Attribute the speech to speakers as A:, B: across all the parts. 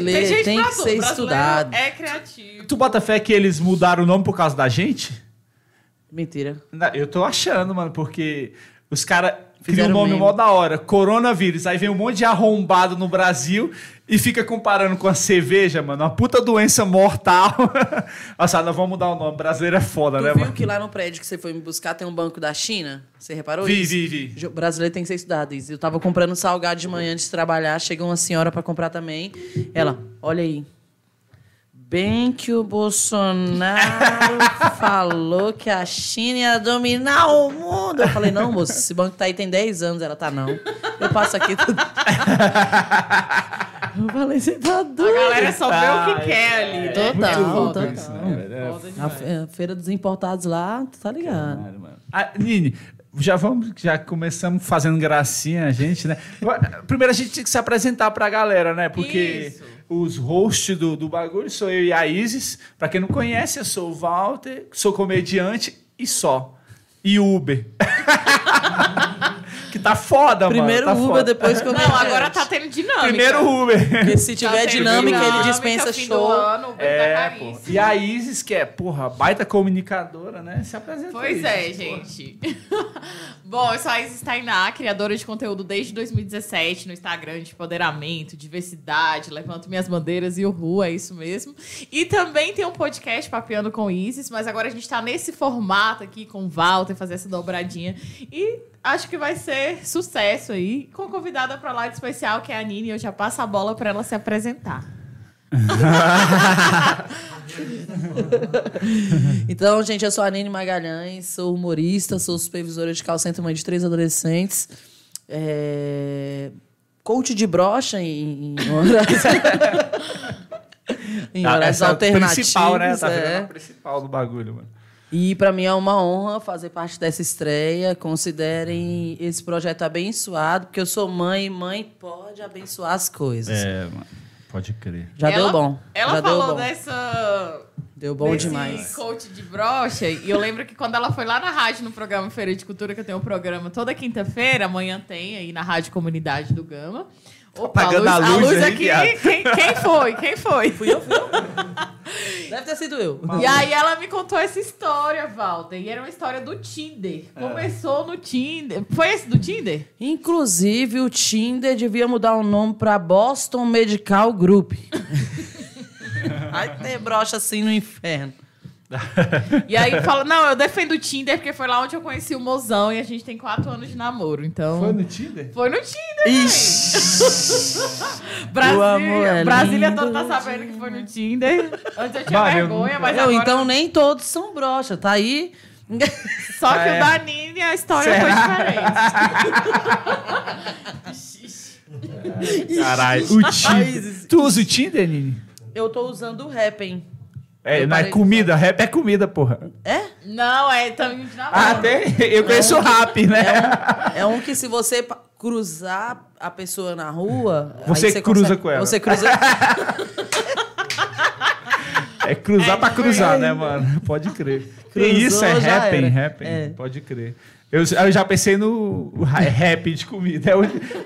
A: Brasileiro tem,
B: pra
A: que
B: tudo.
A: ser
B: Brasileiro
A: estudado.
B: É criativo.
C: Tu bota fé que eles mudaram o nome por causa da gente?
A: Mentira.
C: Na- Eu tô achando, mano, porque os caras criam um
A: Fizeram
C: nome
A: meme.
C: mó da hora, coronavírus. Aí vem um monte de arrombado no Brasil e fica comparando com a cerveja, mano. Uma puta doença mortal. Nossa, nós vamos mudar o nome. Brasileiro é foda,
A: Tu
C: né,
A: viu
C: mano?
A: que lá no prédio que você foi me buscar tem um banco da China? Você reparou
C: Vi,
A: isso?
C: vi, vi.
A: Jo- Brasileiro tem que ser estudado, Izzy. Eu tava comprando salgado de manhã antes de trabalhar, chegou uma senhora pra comprar também. Ela, olha aí. Bem que o Bolsonaro falou que a China ia dominar o mundo. Eu falei, não, moça, esse banco tá aí tem 10 anos. Ela tá, não. Eu passo aqui tudo. Eu falei, você tá doido.
B: A galera só vê o
C: Ah,
B: que quer ali. né?
A: Total,
C: Muito louco
A: total.
C: isso, né, velho? É
B: Foda
A: A
B: demais.
A: fe- a feira dos importados lá, tu tá ligado.
C: Claro, mano. Ah, Nini, já vamos, já começamos fazendo gracinha a gente, né? Primeiro a gente tinha que se apresentar pra galera, né? Porque
B: Isso.
C: os hosts do, do bagulho sou eu e a Isis. Pra quem não conhece, eu sou o Walter, sou comediante e só. E Uber. que tá foda,
A: Primeiro
C: mano. tá
A: Uber,
C: foda.
A: depois que eu
B: Não, agora tá tendo dinâmica.
C: Primeiro Uber.
A: Porque se tiver
B: Tá tendo
A: dinâmica, ele dispensa
B: fim do
A: show.
B: ano, o Uber
C: É,
B: tá
C: pô.
B: caríssimo.
C: E a Isis, que é, porra, baita comunicadora, né? Se apresenta.
B: Pois
C: Isis,
B: é,
C: porra.
B: gente. Bom, eu sou a Isis Tainá, criadora de conteúdo desde 2017 no Instagram de empoderamento, diversidade, levanto minhas bandeiras e o é isso mesmo. E também tem um podcast Papeando com Isis, mas agora a gente tá nesse formato aqui com o Walter, fazer essa dobradinha. E acho que vai ser sucesso aí, com a convidada pra lá de especial, que é a Nini. Eu já passo a bola pra ela se apresentar.
A: Então, gente, eu sou a Aline Magalhães, sou humorista, sou supervisora de call center, mãe de três adolescentes. É... Coach de brocha em, em horários, em
C: Tá,
A: horários
C: essa é a
A: alternativos.
C: principal, né? Tá
A: é.
C: virando a principal do bagulho, mano.
A: E para mim é uma honra fazer parte dessa estreia. Considerem esse projeto abençoado, porque eu sou mãe e mãe pode abençoar as coisas.
C: É, mano. Pode crer.
A: Já
B: Ela-
A: deu bom.
B: Ela
A: Já
B: falou
A: deu bom.
B: dessa
A: Deu bom
B: desse
A: demais.
B: coach de brocha. E eu lembro que quando ela foi lá na rádio, no programa Feira de Cultura, que eu tenho um programa toda quinta-feira, amanhã tem aí na Rádio Comunidade do Gama. Opa,
C: Apagando Tá a luz aí,
B: aqui.
C: viado.
B: Quem, quem foi? Quem foi? Fui eu, fui
A: Deve ter sido eu.
B: e aí ela me contou essa história, Walter. E era uma história do Tinder.
C: É.
B: Começou no Tinder. Foi esse do Tinder?
A: Inclusive, o Tinder devia mudar o nome pra Boston Medical Group. Vai ter brocha assim no inferno.
B: E aí fala, não, eu defendo o Tinder porque foi lá onde eu conheci o mozão e a gente tem quatro anos de namoro. Então.
C: Foi no Tinder?
B: Foi no Tinder,
A: Ixi.
B: véi.
A: O amor
B: Brasília,
A: é
B: Brasília
A: lindo
B: todo tá sabendo que foi no Tinder. Antes eu tinha
C: Mas eu
B: vergonha,
C: nunca-
B: mas
A: Eu,
B: agora...
A: então nem todos são brocha, tá aí?
B: Só que
C: É.
B: o da Nini, a história foi diferente.
C: Caralho. O Tinder. Tu usa o Tinder, Nini?
A: Eu tô usando o Rappen.
C: É,
A: Eu
C: não é
A: parei de
C: comida. Rap é comida, porra.
A: É?
B: Não, é também de namoro.
C: Ah, tem? Eu conheço o rap, né?
A: um É um que se você pa- cruzar a pessoa na rua... aí
C: Você cruza
A: consegue-
C: com ela.
A: Você cruza...
C: É
B: É,
C: cruzar pra
B: foi
C: cruzar,
A: ainda.
C: né, mano? Pode crer.
A: Cruzou,
C: e isso é
A: já
C: rapping,
A: era.
C: rapping.
A: É.
C: Pode crer. Eu, eu já pensei no ra- rap de comida. Eu,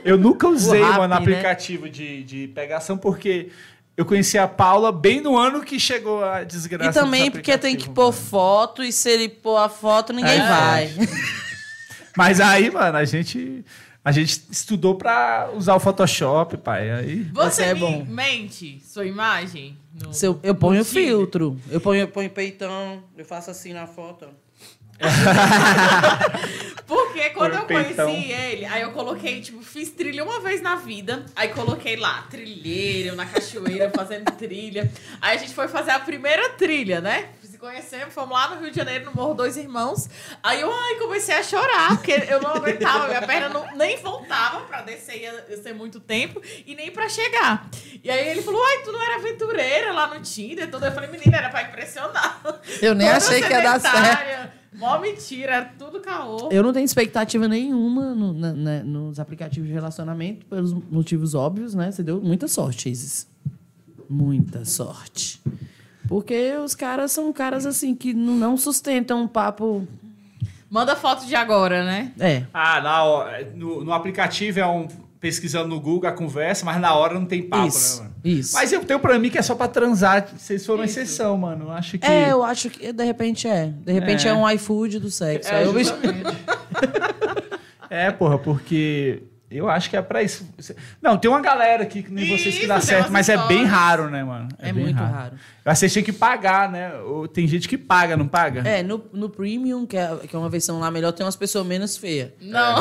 C: eu nunca usei,
A: rap,
C: mano,
A: né?
C: aplicativo de, de pegação, porque eu conheci a Paula bem no ano que chegou a né? desgraça.
A: E
C: dos
A: também porque tem que
C: aplicativos,
A: pôr
C: mano.
A: foto, e se ele pôr a foto, ninguém
C: É.
A: vai.
C: Mas aí, mano, a gente, a gente estudou pra usar o Photoshop, pai. Aí.
B: Você
A: Essa é
B: me
A: bom.
B: mente sua imagem? no-
A: Se eu, eu ponho
B: no Tinder?
A: filtro. Eu ponho, eu ponho peitão. Eu faço assim na foto.
B: Porque quando
C: Por
B: eu
C: peitão.
B: conheci ele, aí eu coloquei, tipo, fiz trilha uma vez na vida. Aí coloquei lá, trilheiro, na cachoeira, fazendo trilha. Aí a gente foi fazer a primeira trilha, né? Se conhecemos, fomos lá no Rio de Janeiro, no Morro Dois Irmãos. Aí eu ai, comecei a chorar, porque eu não aguentava, minha perna não- nem voltava pra descer, ia ia ser muito tempo, e nem pra chegar. E aí ele falou, ai, tu não era aventureira lá no Tinder? Tudo. Eu falei, menina, era pra impressionar.
A: Eu nem
B: Toda
A: achei que ia dar certo.
B: sedentária, Mó mentira, era tudo caô.
D: Eu não tenho expectativa nenhuma no- na- na- nos aplicativos de relacionamento, pelos motivos óbvios, né? Você deu muita sorte, Isis. Muita sorte. Porque os caras são caras, assim, que n- não sustentam um papo...
B: Manda foto de agora, né?
D: É.
C: Ah, na hora- no, no aplicativo é um pesquisando no Google a conversa, mas na hora não tem papo,
D: isso.
C: né, mano?
A: Isso.
C: Mas eu tenho pra mim que é só pra transar. Vocês foram exceção, mano. Eu Acho que.
A: É, eu acho que de repente é. De repente
C: É.
A: é, um iFood do sexo. Aí eu me-
C: justamente. é, porra, porque eu acho que é pra isso. Não, tem uma galera aqui que nem vocês que
B: Isso,
C: dá
B: tem
C: certo,
B: umas
C: mas é bem
B: histórias.
C: raro, né, mano?
A: É,
C: bem
A: muito raro.
C: Mas Vocês tinham que pagar, né? Ou Tem gente que paga, não paga?
A: É, no, no Premium, que é, que é uma versão lá melhor, tem umas pessoas menos feias.
B: Não.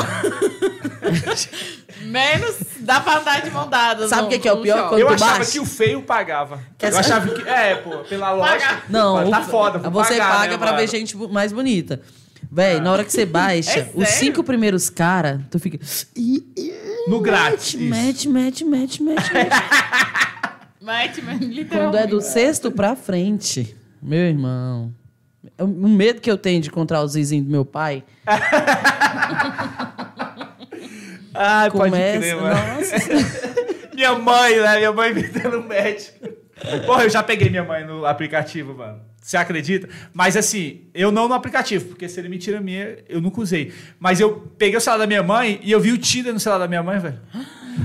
B: Menos dá pra andar de mão dada.
A: Sabe o que que é o
B: no
A: pior?
B: shopping.
A: Quando
C: Eu
A: tu
C: achava
A: baixa-
C: que o feio pagava.
A: Quer
C: Eu
A: dizer-
C: achava que. É, pô, pela lógica.
A: Não,
C: tá
A: o-
C: foda. vou
A: Você
C: pagar,
A: paga
C: né,
A: pra ver
C: mano? Ah.
A: gente bu- mais bonita. Véi, na hora que você baixa,
B: É
A: os
B: sério?
A: cinco primeiros caras, tu fica.
C: No grátis. isso.
A: Match, match, match, match, match.
B: Mas, mas, literalmente.
A: Quando é do sexto pra frente, meu irmão. é O o medo que eu tenho de encontrar os vizinhos do meu pai
C: Ah, pode
A: começa.
C: crer, mano.
A: nossa,
C: Minha mãe, né? Minha mãe me dando match. Porra, eu já peguei minha mãe no aplicativo, mano. Você acredita? Mas assim, eu não no aplicativo, porque se ele me tira minha, eu nunca usei. Mas eu peguei o celular da minha mãe e eu vi o Tinder no celular da minha mãe, velho.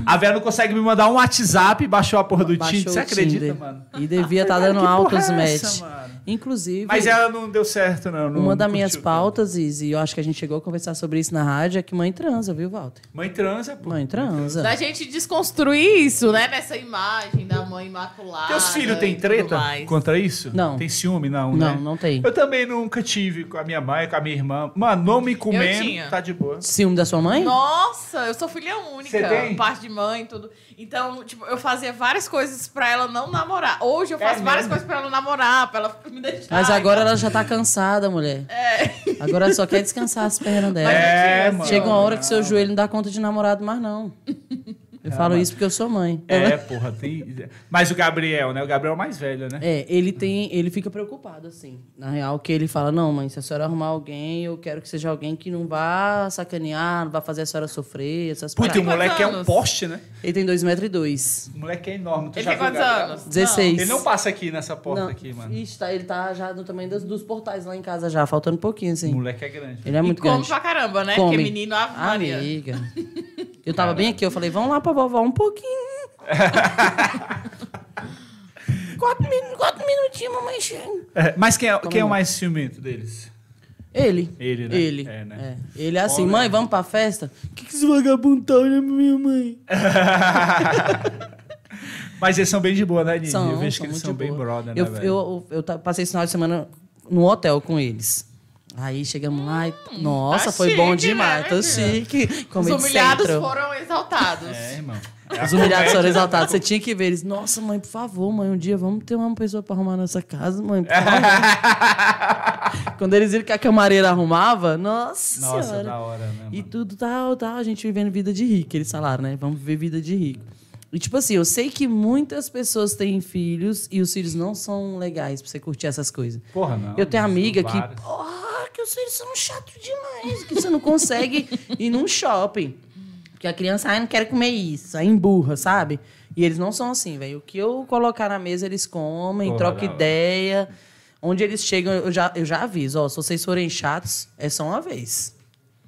C: A Vera não consegue me mandar um WhatsApp, baixou a porra do
A: baixou
C: Tinder. Você
A: o
C: acredita,
A: Tinder.
C: mano?
A: E devia estar
C: Cara,
A: dando
C: que porra
A: altos
C: é
A: match.
C: essa, mano?
A: Inclusive,
C: Mas é ela não deu certo, não. não-
A: uma
C: não
A: das minhas
C: curtiu.
A: pautas, Izzy, e eu acho que a gente chegou a conversar sobre isso na rádio, é que mãe transa, viu, Walter?
C: Mãe transa, pô.
A: Mãe transa.
B: Da gente desconstruir isso, né? Nessa imagem da mãe imaculada.
C: Teus filhos
B: Ah, né, e
C: têm
B: tudo
C: treta
B: mais.
C: contra isso?
A: Não.
C: Tem ciúme, não,
A: Não,
C: né?
A: não tem.
C: Eu também nunca tive com a minha mãe, com a minha irmã. Mano, não me comendo,
B: tinha.
C: tá de boa.
A: Ciúme da sua mãe?
B: Nossa, eu sou filha
C: Cê
B: única,
C: tem?
B: parte de mãe, tudo. Então, tipo, eu fazia várias coisas pra ela não namorar. Hoje eu faço
C: É
B: várias
C: mesmo?
B: coisas pra ela namorar, pra ela me dedicar.
A: Mas
B: e
A: agora
B: tal.
A: ela já tá cansada, mulher.
B: É,
A: Agora ela só quer descansar as pernas dela.
B: Mas
C: É,
B: eu tinha,
C: mano.
A: Chega uma hora
C: não.
A: que seu joelho não dá conta de namorado mais, não. Eu falo isso porque eu sou mãe.
C: É, porra, tem. Mas o Gabriel, né? O Gabriel é o mais velho, né?
A: É, ele tem. Ele fica preocupado, assim. Na real, que ele fala: não, mãe, se a senhora arrumar alguém, eu quero que seja alguém que não vá sacanear, não vá fazer a senhora sofrer, essas
C: Puta, e o
A: paradas.
B: quantos
C: moleque é um
B: anos?
C: poste, né?
A: Ele tem dois metros e dois.
C: O moleque é enorme. Tu
B: Ele
C: já
B: tem
C: viu o
B: quantos
C: Gabriel?
B: anos?
A: 16.
C: Ele não passa aqui nessa porta
A: Não,
C: aqui, mano.
A: Ixi, tá, ele tá já no tamanho dos, dos portais lá em casa já, faltando um pouquinho,
C: O
A: assim.
C: moleque é grande.
A: Ele é
B: Não.
A: muito
B: e come
A: grande. Ah,
B: pra caramba, né? Porque menino, ave Maria.
A: Amiga. Eu tava bem aqui, eu falei, vamos lá pra vovó um pouquinho. quatro, min- quatro minutinhos, mamãe chega.
C: É, mas quem é, quem é o mais ciumento deles?
A: Ele.
C: Ele, né?
A: Ele.
C: É,
A: É,
C: né?
A: Ele é assim,
C: Homem.
A: mãe, vamos pra festa? O que, que esse vagabundo tá olhando pra minha mãe?
C: É, Mas eles são bem de boa, né, Nini? eu vejo que eles
A: muito
C: são
A: de
C: bem
A: boa.
C: brother, né,
A: eu,
C: velho?
A: eu, eu ta- passei esse final de semana no hotel com eles. Aí chegamos lá e. Nossa, foi
B: Hum, chique,
A: bom
B: né,
A: demais, tô
B: minha?
A: chique.
B: Os
A: Comedy
B: humilhados
A: Central.
B: foram exaltados.
C: É, irmão.
A: Os humilhados foram exaltados. Você tinha que ver eles. Nossa, mãe, por favor, mãe, um dia vamos ter uma pessoa pra arrumar nossa casa, mãe. por favor." Quando eles viram que a camareira arrumava, nossa,
C: Nossa,
A: senhora.
C: da hora, né, mano?
A: E tudo tal, tal. A gente vivendo vida de rico, eles falaram, né? Vamos viver vida de rico. E, tipo assim, eu sei que muitas pessoas têm filhos e os filhos não são legais pra você curtir essas coisas.
C: Porra, não.
A: Eu tenho
C: São
A: amiga que.
C: vários.
A: Porra, que os filhos são chatos demais, que você não consegue ir num shopping. Porque a criança, ai, não quero comer isso, aí emburra, sabe? E eles não são assim, velho. O que eu colocar na mesa, eles comem,
C: Porra,
A: trocam
C: da hora.
A: ideia. Onde eles chegam, eu já, eu já aviso, ó, se vocês forem chatos, é só uma vez.
C: assim.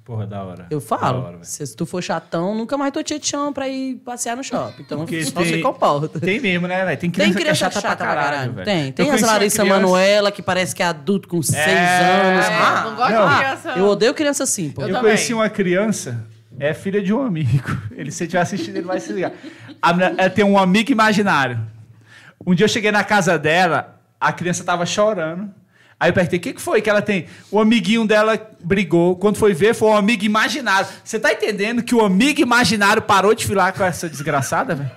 C: Porra, da hora.
A: Eu falo.
C: Da hora, velho.
A: se, se tu for chatão, nunca mais tô te chão pra ir passear no shopping. Então,
C: Porque
A: só
C: tem-
A: se comporta.
C: Tem mesmo, né, velho? Tem
A: Tem
C: criança,
A: criança
C: que é
A: chata,
C: chata pra caralho, velho.
A: Tem.
C: Eu
A: Tem as
C: conheci uma
A: Larissa
C: criança-
A: Manuela, que parece que é adulto com seis anos.
B: É,
A: Ah,
B: não gosto
C: não.
B: de criança.
A: eu odeio criança assim, pô.
C: é. Eu,
B: Eu também.
C: conheci uma criança, é filha de um amigo. Ele, se tiver assistindo, ele vai se ligar. A menina- ela tem um amigo imaginário. Um dia eu cheguei na casa dela, a criança tava chorando. Aí eu perguntei, o que, que foi que ela tem? O amiguinho dela brigou. Quando foi ver, foi um amigo imaginário. Você tá entendendo que o amigo imaginário parou de filar com essa desgraçada, velho?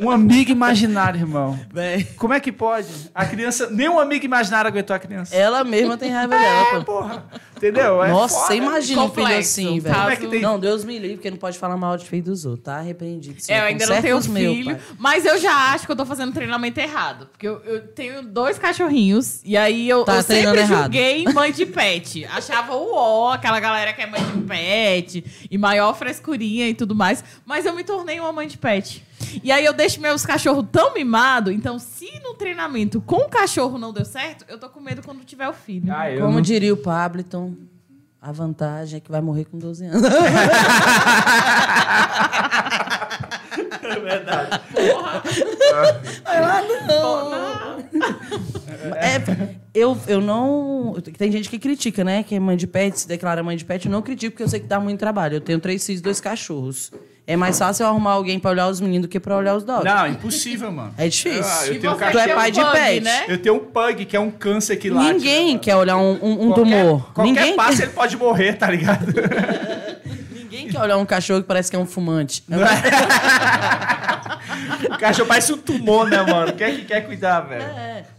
C: Um amigo imaginário, irmão.
A: Véi.
C: Como é que pode? A criança, nem um amigo imaginário aguentou a criança.
A: Ela mesma tem raiva dela, pô.
C: Porra. Entendeu? É
A: É. Nossa,
C: foda.
A: você imagina um filho
B: Complexo,
A: assim, velho.
B: caso-
C: Como é que tem-
A: Não, Deus me livre, porque não pode falar mal de filho dos outros, tá? Arrependido.
B: É, eu ainda não tenho filho,
A: Meu, pai.
B: mas eu já acho que eu tô fazendo treinamento errado. Porque eu, eu tenho dois cachorrinhos, e aí eu,
A: Tá
B: eu
A: treinando
B: sempre
A: errado.
B: julguei mãe de pet. Achava o ó, aquela galera que é mãe de pet, e maior frescurinha e tudo mais. Mas eu me tornei uma mãe de pet. E aí eu deixo meus cachorros tão mimado, então se no treinamento com o cachorro não deu certo, eu tô com medo quando tiver o filho.
C: Ah, eu
A: Como
C: não-
A: diria o Pableton, a vantagem é que vai morrer com 12 anos.
C: É verdade.
A: É, eu, eu não. Tem gente que critica, né? Que é mãe de pet, se declara mãe de pet. Eu não critico, porque eu sei que dá muito trabalho. Eu tenho três filhos e dois cachorros. É mais fácil eu arrumar alguém pra olhar os meninos do que pra olhar os dogs.
C: Não, impossível, mano.
A: É difícil.
C: Ah,
B: E
C: eu tenho um
A: Tu
B: você
C: cachorro.
A: é
B: tem
A: pai de
B: bug,
A: pet.
B: né?
C: Eu tenho um pug, que é um câncer que late.
A: Ninguém
C: né?
A: quer olhar um, um, um
C: Qualquer-
A: tumor.
C: Qualquer
A: Ninguém,
C: passo ele pode morrer, tá ligado?
A: ninguém quer olhar um cachorro que parece que é um fumante.
C: O cachorro parece um tumor, né, mano? Quem é que quer cuidar, velho?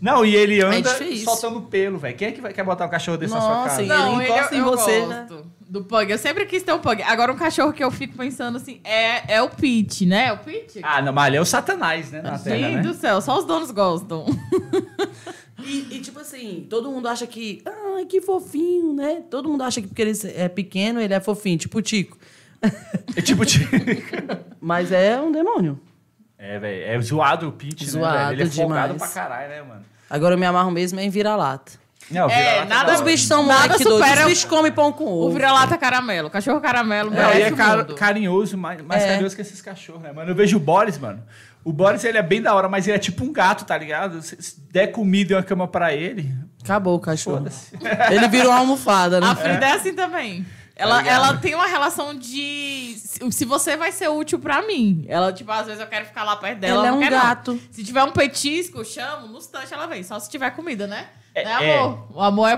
C: Não, e ele anda
A: É. difícil.
C: soltando pelo, velho. Quem é que vai, quer botar um cachorro desse na sua
A: Nossa,
C: casa?
A: e-
B: Não,
A: Ele
B: ele,
A: encosta
B: eu,
A: em
B: eu
A: você, né?
B: gosto do pug. Eu sempre quis ter um pug. Agora, um cachorro que eu fico pensando assim é, é o Pete, né? É o Pete?
C: Ah, não, mas ali é o satanás, né, na terra,
B: Gente
C: né?
B: do céu, só os donos gostam.
A: E, e, tipo assim, todo mundo acha que. Ah, que fofinho, né? Todo mundo acha que porque ele é pequeno, ele é fofinho, tipo o Tico.
C: É tipo... de-
A: Mas é um demônio.
C: é, velho, é zoado o Pete,
A: Zoado
C: né, velho? Ele é folgado
A: demais.
C: pra caralho, né, mano?
A: Agora eu me amarro mesmo é em vira-lata.
C: Não, vira-lata
B: nada-
C: da
A: É, Os
C: hora.
A: bichos são
B: Nada
A: moleque doido. Os
B: supera o-
A: bichos comem pão com
B: O
A: ovo.
B: vira-lata caramelo, o cachorro caramelo,
C: Não, e
B: merece
C: é
B: o
C: car-
B: mundo.
C: carinhoso, mais, mais
A: É.
C: carinhoso que esses cachorros, né, mano? Eu vejo o Boris, mano. O Boris, ele é bem da hora, mas ele é tipo um gato, tá ligado? Se, se der comida e uma cama pra ele,
A: Acabou o cachorro.
C: foda-se.
A: Ele virou uma almofada, né?
B: A Frida é assim também. Ela,
C: Tá ligado?
B: ela tem uma relação de. se- Se você vai ser útil pra mim. Ela, tipo, às vezes eu quero ficar lá perto dela.
A: Ela é
B: não
A: um
B: quer, não.
A: gato.
B: Se tiver um petisco, eu chamo, nos tanches ela vem. Só se tiver comida, né?
C: É,
B: né, amor? O amor é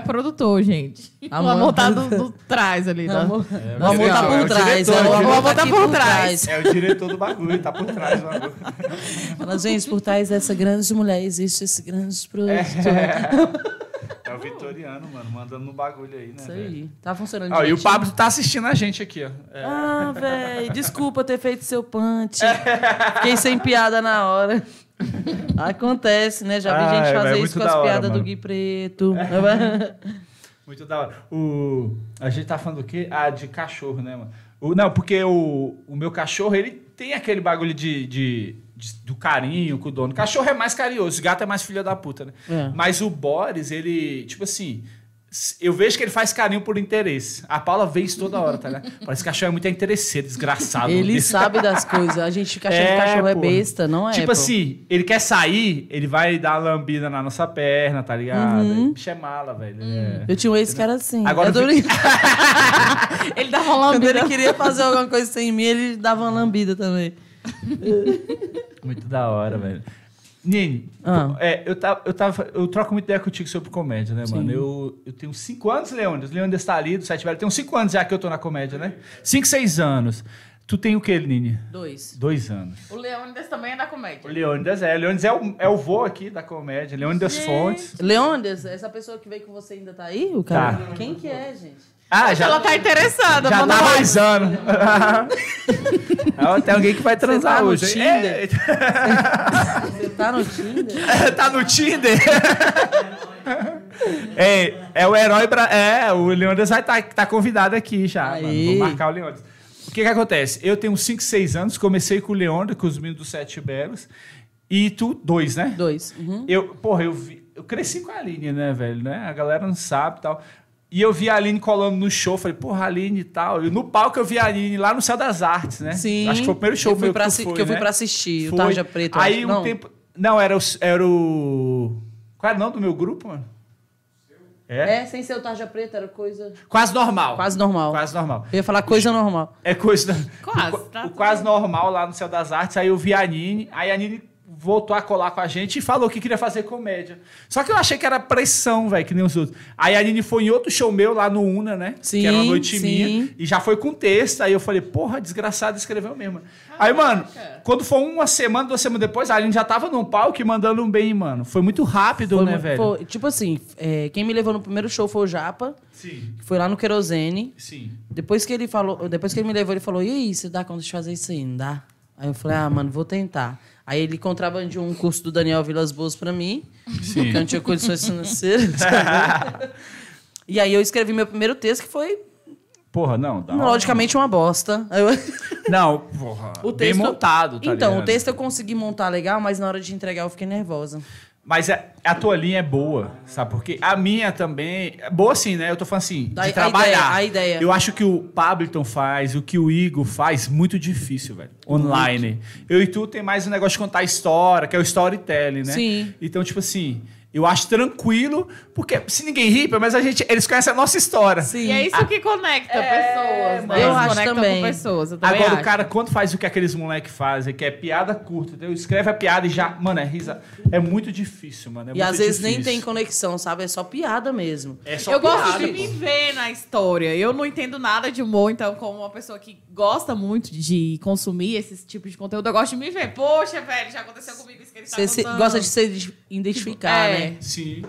B: produtor, gente.
A: Amor-
B: o amor tá do, do trás ali.
A: O
B: Né?
A: amor, o
C: mas
A: amor
C: é
A: tá
C: o- é o
A: por trás.
C: diretor,
A: né?
C: é o
A: O amor
B: diretor.
A: tá aqui por trás.
C: É o diretor do bagulho, tá por trás, mano.
A: Fala, gente, por trás dessa grande mulher existe esse grande produto. É
C: É o vitoriano, mano, mandando no bagulho aí, né?
A: Isso
C: velho?
A: aí. Tá funcionando
C: Ó, e o
A: direitinho?
C: Pablo tá assistindo a gente aqui, ó. É.
A: Ah, velho, desculpa ter feito seu punch. Fiquei sem piada na hora. Acontece, né? Já vi
C: Ai,
A: gente fazer
C: velho,
A: isso
C: Ah, é, muito
A: com as
C: da hora,
A: piadas
C: mano.
A: do Gui Preto.
C: Muito da hora. O... A gente tá falando do quê? Ah, de cachorro, né, mano? O... Não, porque o... o meu cachorro, ele tem aquele bagulho de, de- de- do carinho com o dono. Cachorro é mais carinhoso, gato é mais filha da puta, né?
A: É.
C: Mas o Boris, ele, tipo assim. s- Eu vejo que ele faz carinho por interesse. A Paula vê isso toda hora, tá ligado? Parece que cachorro é muito interesseiro, desgraçado.
A: Ele
C: Desse-
A: sabe das coisas. A gente fica achando que cachorro é
C: pô.
A: besta, não é?
C: Tipo
A: pô.
C: assim, ele quer sair, ele vai dar uma lambida na nossa perna, tá ligado? Ele Bicho é mala, velho. É.
A: Uhum. Eu tinha um ex que era assim.
C: Agora
A: eu tô
C: eu fico-
A: brincando.
B: Ele dá rolando.
A: Quando ele queria fazer alguma coisa sem mim, ele dava uma lambida também.
C: Muito da hora, velho. Nini,
A: Ah.
C: tu- é, eu, tava, eu, tava, eu troco muita ideia contigo sobre comédia, né, mano? Eu, eu tenho cinco anos, Leônidas. Leônidas tá ali, do Sete Velho. Tem uns cinco anos já que eu tô na comédia, né? Cinco, seis anos. Tu tem o quê, Nini?
A: Dois.
C: Dois anos.
B: O Leônidas também é da
C: O
B: comédia.
C: Leônidas é. Leônidas é o, é o vô aqui da comédia. Leônidas Fontes.
A: Leônidas, essa pessoa que veio com você ainda tá aí? O cara?
C: Tá.
A: Quem que é, gente?
C: Ah, já,
B: Ela tá interessada,
C: já
B: manda
C: tá
B: lá.
C: dois anos. Ah, tem alguém que vai transar
A: tá no
C: hoje. hein?
A: Você tá no Tinder?
C: É, tá no Tinder? é, é o herói. Bra... É, o Leandras vai tá, tá convidado aqui já. mano.
A: Aí.
C: Vou marcar o Leandras. O que que acontece? Eu tenho uns 5, 6 anos, comecei com o Leandro, com os meninos dos Sete Belos. E tu, dois, né?
A: Dois. Uhum.
C: Eu, porra, eu, vi- eu cresci com a Aline, né, velho? Né? A galera não sabe e tal. E eu vi a Aline colando no show, falei, porra, Aline e tal. E no palco eu vi a Aline lá no Céu das Artes, né?
A: Sim.
C: Acho que foi o primeiro show
A: que eu fui
C: meu
A: pra
C: tu
A: assi-
C: foi,
A: que eu fui
C: né?
A: pra assistir,
C: Foi.
A: o Tarja Preta. eu
C: Aí
A: acho.
C: um
A: Não,
C: tempo. Não, era o. Era o... Qual era o nome do meu grupo, mano? É?
A: É, sem ser o Tarja Preta era coisa
C: Quase normal.
A: quase normal.
C: Quase normal.
A: Eu ia falar coisa normal.
C: É coisa.
B: Quase,
C: o,
B: tá
C: o
B: tudo
C: quase normal lá no Céu das Artes. Aí eu vi a Nini. Aí a Nini voltou a colar com a gente e falou que queria fazer comédia. Só que eu achei que era pressão, velho, que nem os outros. Aí a Nini foi em outro show meu lá no Una, né?
A: Sim,
C: que era uma noite
A: sim.
C: minha. E já foi com texto. Aí eu falei, porra, desgraçado, escreveu mesmo. Aí, mano, quando foi uma semana, duas semanas depois, a Aline já tava num palco e mandando um bem, mano. Foi muito rápido,
A: Foi
C: né,
A: mu-
C: velho?
A: foi- tipo assim, é, quem me levou no primeiro show foi o Japa,
C: Sim,
A: que foi lá no Querosene.
C: sim.
A: Depois que ele falou, depois que ele me levou, ele falou: "E aí, você dá conta de fazer isso aí, não dá?" Aí eu falei: "Ah, mano, vou tentar". Aí ele contrabandeou um curso do Daniel Vilas Boas pra mim, porque eu não tinha condições financeiras. e aí eu escrevi meu primeiro texto que foi
C: Porra, não, dá. uma-
A: logicamente uma bosta. Aí eu-
C: Não, porra.
A: O texto...
C: Bem montado, tá
A: Então,
C: ligado?
A: o texto eu consegui montar legal, mas na hora de entregar eu fiquei nervosa.
C: Mas a, a tua linha é boa, sabe? Porque a minha também. É boa sim, né? Eu tô falando assim, de
A: A- a
C: trabalhar.
A: ideia, a ideia.
C: Eu acho que o Pabliton faz, o que o Igor faz, muito difícil, velho. Online. Eu e tu tem mais um negócio de contar história, que é o storytelling, né?
A: Sim.
C: Então, tipo assim. Eu acho tranquilo, porque se ninguém ri, pelo menos a gente, eles conhecem a nossa história.
A: Sim.
B: E é
C: Ah,
B: isso que conecta pessoas, né?
A: eu acho
B: Conecta
A: também.
B: com pessoas. Eu também
C: Agora, o
B: acho.
C: cara, quando faz o que aqueles moleques fazem, que é piada curta, entendeu? Escreve a piada e já. Mano, é risa. É muito difícil, mano. é
A: E
C: muito
A: às vezes nem
C: difícil.
A: tem conexão, sabe? É só piada mesmo.
C: É só
B: eu gosto
C: piada,
B: de
C: pô.
B: me ver na história. Eu não entendo nada de humor, então, como uma pessoa que gosta muito de consumir esse tipo de conteúdo, eu gosto de me ver. Poxa, velho, já aconteceu comigo isso que ele tá
A: Você se-
B: contando.
A: gosta de se identificar,
B: É.
A: né?
C: Sim.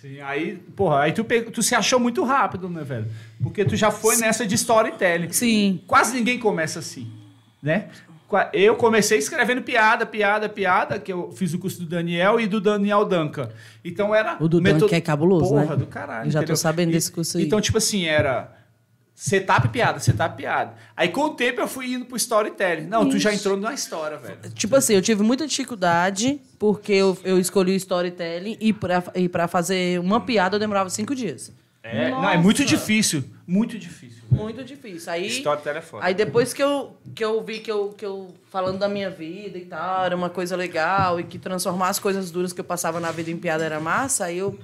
C: Sim. Aí, porra, aí tu, pe- tu se achou muito rápido, né, velho? Porque tu já foi nessa de storytelling.
A: Sim.
C: Quase ninguém começa assim, né? Qua- Eu comecei escrevendo piada, piada, piada, que eu fiz o curso do Daniel e do Daniel Duncan. Então era.
A: O do
C: meto-
A: Duncan é cabuloso,
C: Porra,
A: né?
C: do caralho.
A: Eu já tô
C: entendeu?
A: sabendo desse curso aí.
C: Então, tipo assim, era. Setup piada, setup piada. Aí com o tempo eu fui indo pro storytelling. Não, tu já entrou numa história, velho.
A: Tipo assim, eu tive muita dificuldade porque eu, eu escolhi o storytelling e pra, e pra fazer uma piada eu demorava cinco dias.
C: É, não, é muito difícil. Muito difícil. velho.
A: Muito difícil. Aí,
C: Storytelling é foda.
A: aí depois que eu, que eu vi que eu, que eu falando da minha vida e tal, era uma coisa legal e que transformar as coisas duras que eu passava na vida em piada era massa, aí eu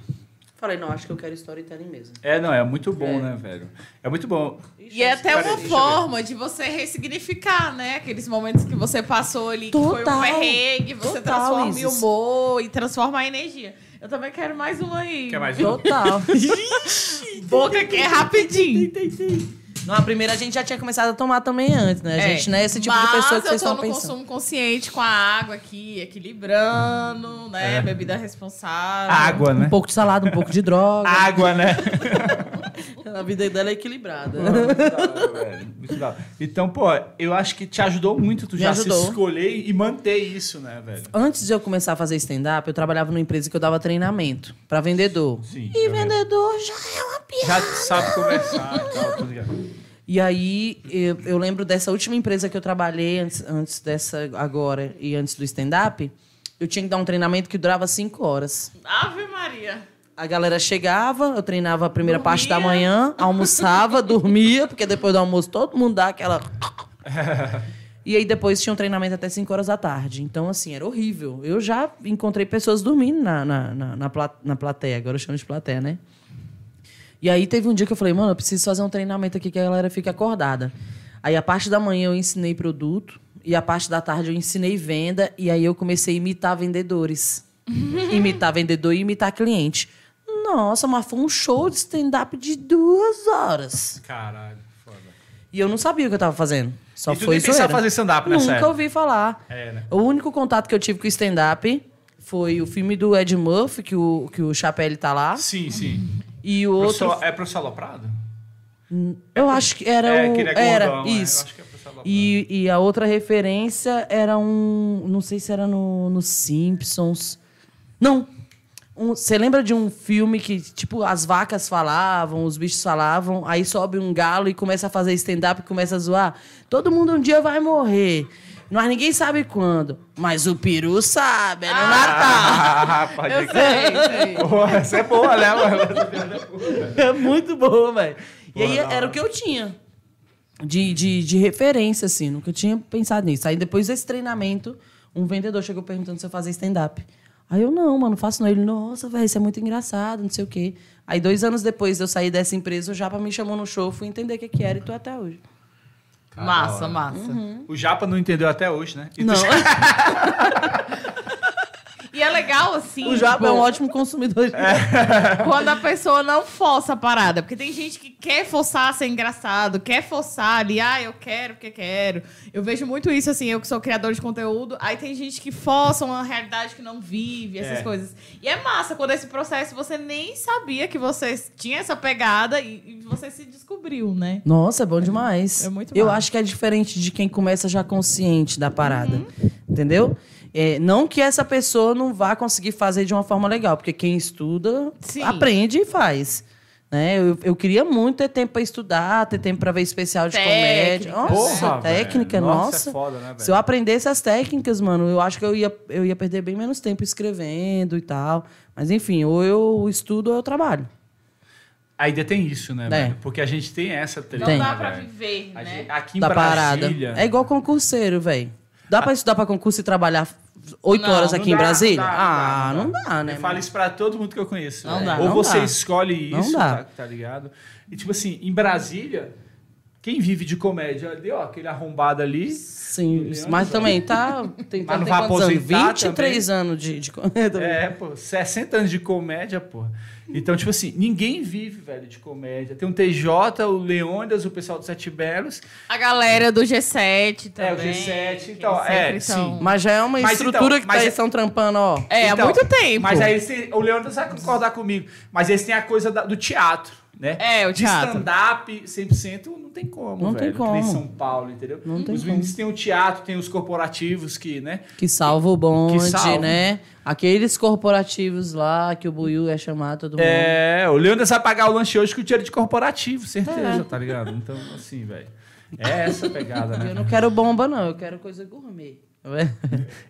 A: falei, não, acho que eu quero storytelling mesmo.
C: É, não, é muito bom, né, velho? É muito bom.
B: E é até
C: Peraí,
B: uma
C: deixa eu ver.
B: forma de você ressignificar, né? Aqueles momentos que você passou ali, que foi um
A: Total.
B: perrengue, você
A: Total,
B: transforma em
A: Isis.
B: humor e transforma a energia. Eu também quero mais um aí.
C: Quer mais um?
A: Total.
B: Boca que é rapidinho.
A: não, a primeira a gente já tinha começado a tomar também antes, né? A
B: É.
A: gente não é esse tipo
B: Mas
A: de pessoa que
B: eu
A: vocês
B: tô
A: estão
B: no
A: pensando.
B: consumo consciente com a água aqui, equilibrando, né?
C: É.
B: Bebida responsável.
C: Água, né?
A: Um pouco de salada, um pouco de droga.
C: Água, né?
A: A vida dela é equilibrada.
C: Muito da hora. então, pô, eu acho que te ajudou muito tu
A: Me
C: já se
A: ajudou.
C: escolher e manter isso, né, velho?
A: Antes de eu começar a fazer stand-up, eu trabalhava numa empresa que eu dava treinamento pra vendedor.
C: Sim,
A: e
C: tá vendo.
A: vendedor já é uma piada.
C: Já sabe conversar e tal. tudo é. ligado.
A: E aí, eu, eu lembro dessa última empresa que eu trabalhei, antes, antes dessa agora e antes do stand-up, eu tinha que dar um treinamento que durava cinco horas.
B: Ave Maria.
A: A galera chegava, eu treinava a primeira parte da
B: Dormia.
A: manhã, almoçava, dormia, porque depois do almoço todo mundo dá aquela. E aí depois tinha um treinamento até 5 horas da tarde. Então, assim, era horrível. Eu já encontrei pessoas dormindo na, na, na, na, pla- na plateia, agora eu chamo de plateia, né? E aí teve um dia que eu falei, mano, eu preciso fazer um treinamento aqui que a galera fique acordada. Aí a parte da manhã eu ensinei produto, e a parte da tarde eu ensinei venda, e aí eu comecei a imitar vendedores. imitar vendedor e imitar cliente. Nossa, mas foi um show de stand-up de duas horas.
C: Caralho, foda.
A: E eu não sabia o que eu tava fazendo. Só
C: E tu
A: foi
C: nem pensava
A: zoeira.
C: fazer stand-up nessa
A: Nunca
C: época.
A: ouvi falar.
C: É, né?
A: O único contato que eu tive com stand-up foi o filme do Ed Murphy, que o, que o Chapelle tá lá.
C: Sim, sim.
A: E o outro.
C: Professor- é professor Aloprado?
A: Eu acho que era
C: é,
A: o.
C: que ele é
A: era,
C: gordão, né? Eu
A: isso.
C: acho que é professor Aloprado.
A: E, e a outra referência era um. Não sei se era no, no Simpsons. Não! Um- Você lembra de um filme que, tipo, as vacas falavam, os bichos falavam, aí sobe um galo e começa a fazer stand-up e começa a zoar? Todo mundo um dia vai morrer. Mas ninguém sabe quando. Mas o peru sabe, é no Natal.
C: Ah, pode
B: Eu sei, sei.
C: Porra, essa é boa, né, mano? né?
A: É muito bom, velho. E aí
C: Porra, da hora.
A: era o que eu tinha de, de, de referência, assim. Nunca tinha pensado nisso. Aí depois desse treinamento, um vendedor chegou perguntando se eu fazia stand-up. Aí eu, não, mano, faço não. Ele, nossa, velho, isso é muito engraçado, não sei o quê. Aí dois anos depois de eu sair dessa empresa, o Japa me chamou no show, fui entender o que, que era e tô até hoje. Tá
B: Massa, massa.
A: Uhum.
C: O Japa não entendeu até hoje, né? E tu
A: Não,
B: E é legal, assim.
A: o Japa
B: tipo,
A: é um ótimo consumidor. de-
C: É.
B: Quando a pessoa não força a parada. Porque tem gente que quer forçar a ser engraçado, quer forçar ali, ah, eu quero porque quero. Eu vejo muito isso, assim, eu que sou criador de conteúdo. Aí tem gente que força uma realidade que não vive, essas
C: É.
B: coisas. E é massa quando esse processo você nem sabia que você tinha essa pegada e, e você se descobriu, né?
A: Nossa, é bom demais.
B: É muito
A: Eu
B: massa.
A: acho que é diferente de quem começa já consciente da parada.
B: Uhum.
A: Entendeu? É, não que essa pessoa não vá conseguir fazer de uma forma legal, porque quem estuda
B: Sim.
A: aprende e faz. Né? Eu, eu queria muito ter tempo para estudar, ter tempo para ver especial de
B: Técnica.
A: comédia. Nossa,
C: Porra, velho.
A: técnica,
C: Nossa,
A: nossa.
C: é foda, né, velho?
A: Se eu aprendesse as técnicas, mano, eu acho que eu ia, eu ia perder bem menos tempo escrevendo e tal. Mas enfim, ou eu estudo ou eu trabalho.
C: Ainda tem isso, né,
A: É.
C: velho? Porque a gente tem essa
B: Não
C: treta.
A: Tem.
B: dá
C: né,
B: pra
C: velho?
B: viver,
C: A
B: né?
C: gente- Aqui em
A: da parada.
C: Brasília...
A: É igual concurseiro, velho. Dá pra estudar pra concurso e trabalhar oito
B: Não,
A: horas
C: Não
A: aqui em
C: dá,
A: Brasília?
C: dá,
A: ah, não dá, né?
C: Eu
A: mano?
C: falo isso pra todo mundo que eu conheço.
A: Não
C: né?
A: dá,
C: Ou
A: não
C: você
A: dá.
C: escolhe
A: Não
C: isso,
A: dá.
C: Tá, tá ligado? E tipo assim, em Brasília, quem vive de comédia, ali, ó, aquele arrombado ali.
A: Sim,
C: Leandro,
A: mas
C: velho.
A: também tá. Tem,
C: Mas
A: tem
C: não vai
A: quantos anos?
C: aposentar
A: 23 anos de. de...
C: É, pô, 60 anos de comédia, pô. Então, tipo assim, ninguém vive, velho, de comédia. Tem um TJ, o Leônidas, o pessoal do Sete Belos.
B: A galera do G7
C: É, o
B: também.
C: G7,
B: que
C: então,
B: sempre
C: é,
B: são-
C: sim.
A: Mas já é uma
C: Mas
A: estrutura
C: então,
A: que
C: mas
A: tá aí
C: é-
A: estão trampando, ó.
B: É, há
C: Então,
B: muito tempo.
C: Mas aí eles têm- o Leandro vai concordar comigo. Mas eles têm a coisa da- do teatro, né?
B: É, o
C: De
B: teatro.
C: stand-up 100% não tem como,
A: Não tem
C: velho. Que nem
A: como.
C: São Paulo, entendeu?
A: Não tem
C: os meninos têm o teatro, tem os corporativos que, né?
A: Que salva o bonde,
C: Que salva.
A: né? Aqueles corporativos lá que o Buiu é chamar todo mundo.
C: É, o Leandro vai pagar o lanche hoje com o dinheiro de corporativo,
A: É.
C: certeza, tá ligado? Então, assim, velho. É essa a pegada,
A: Eu
C: né?
A: não quero bomba, não. Eu quero coisa gourmet.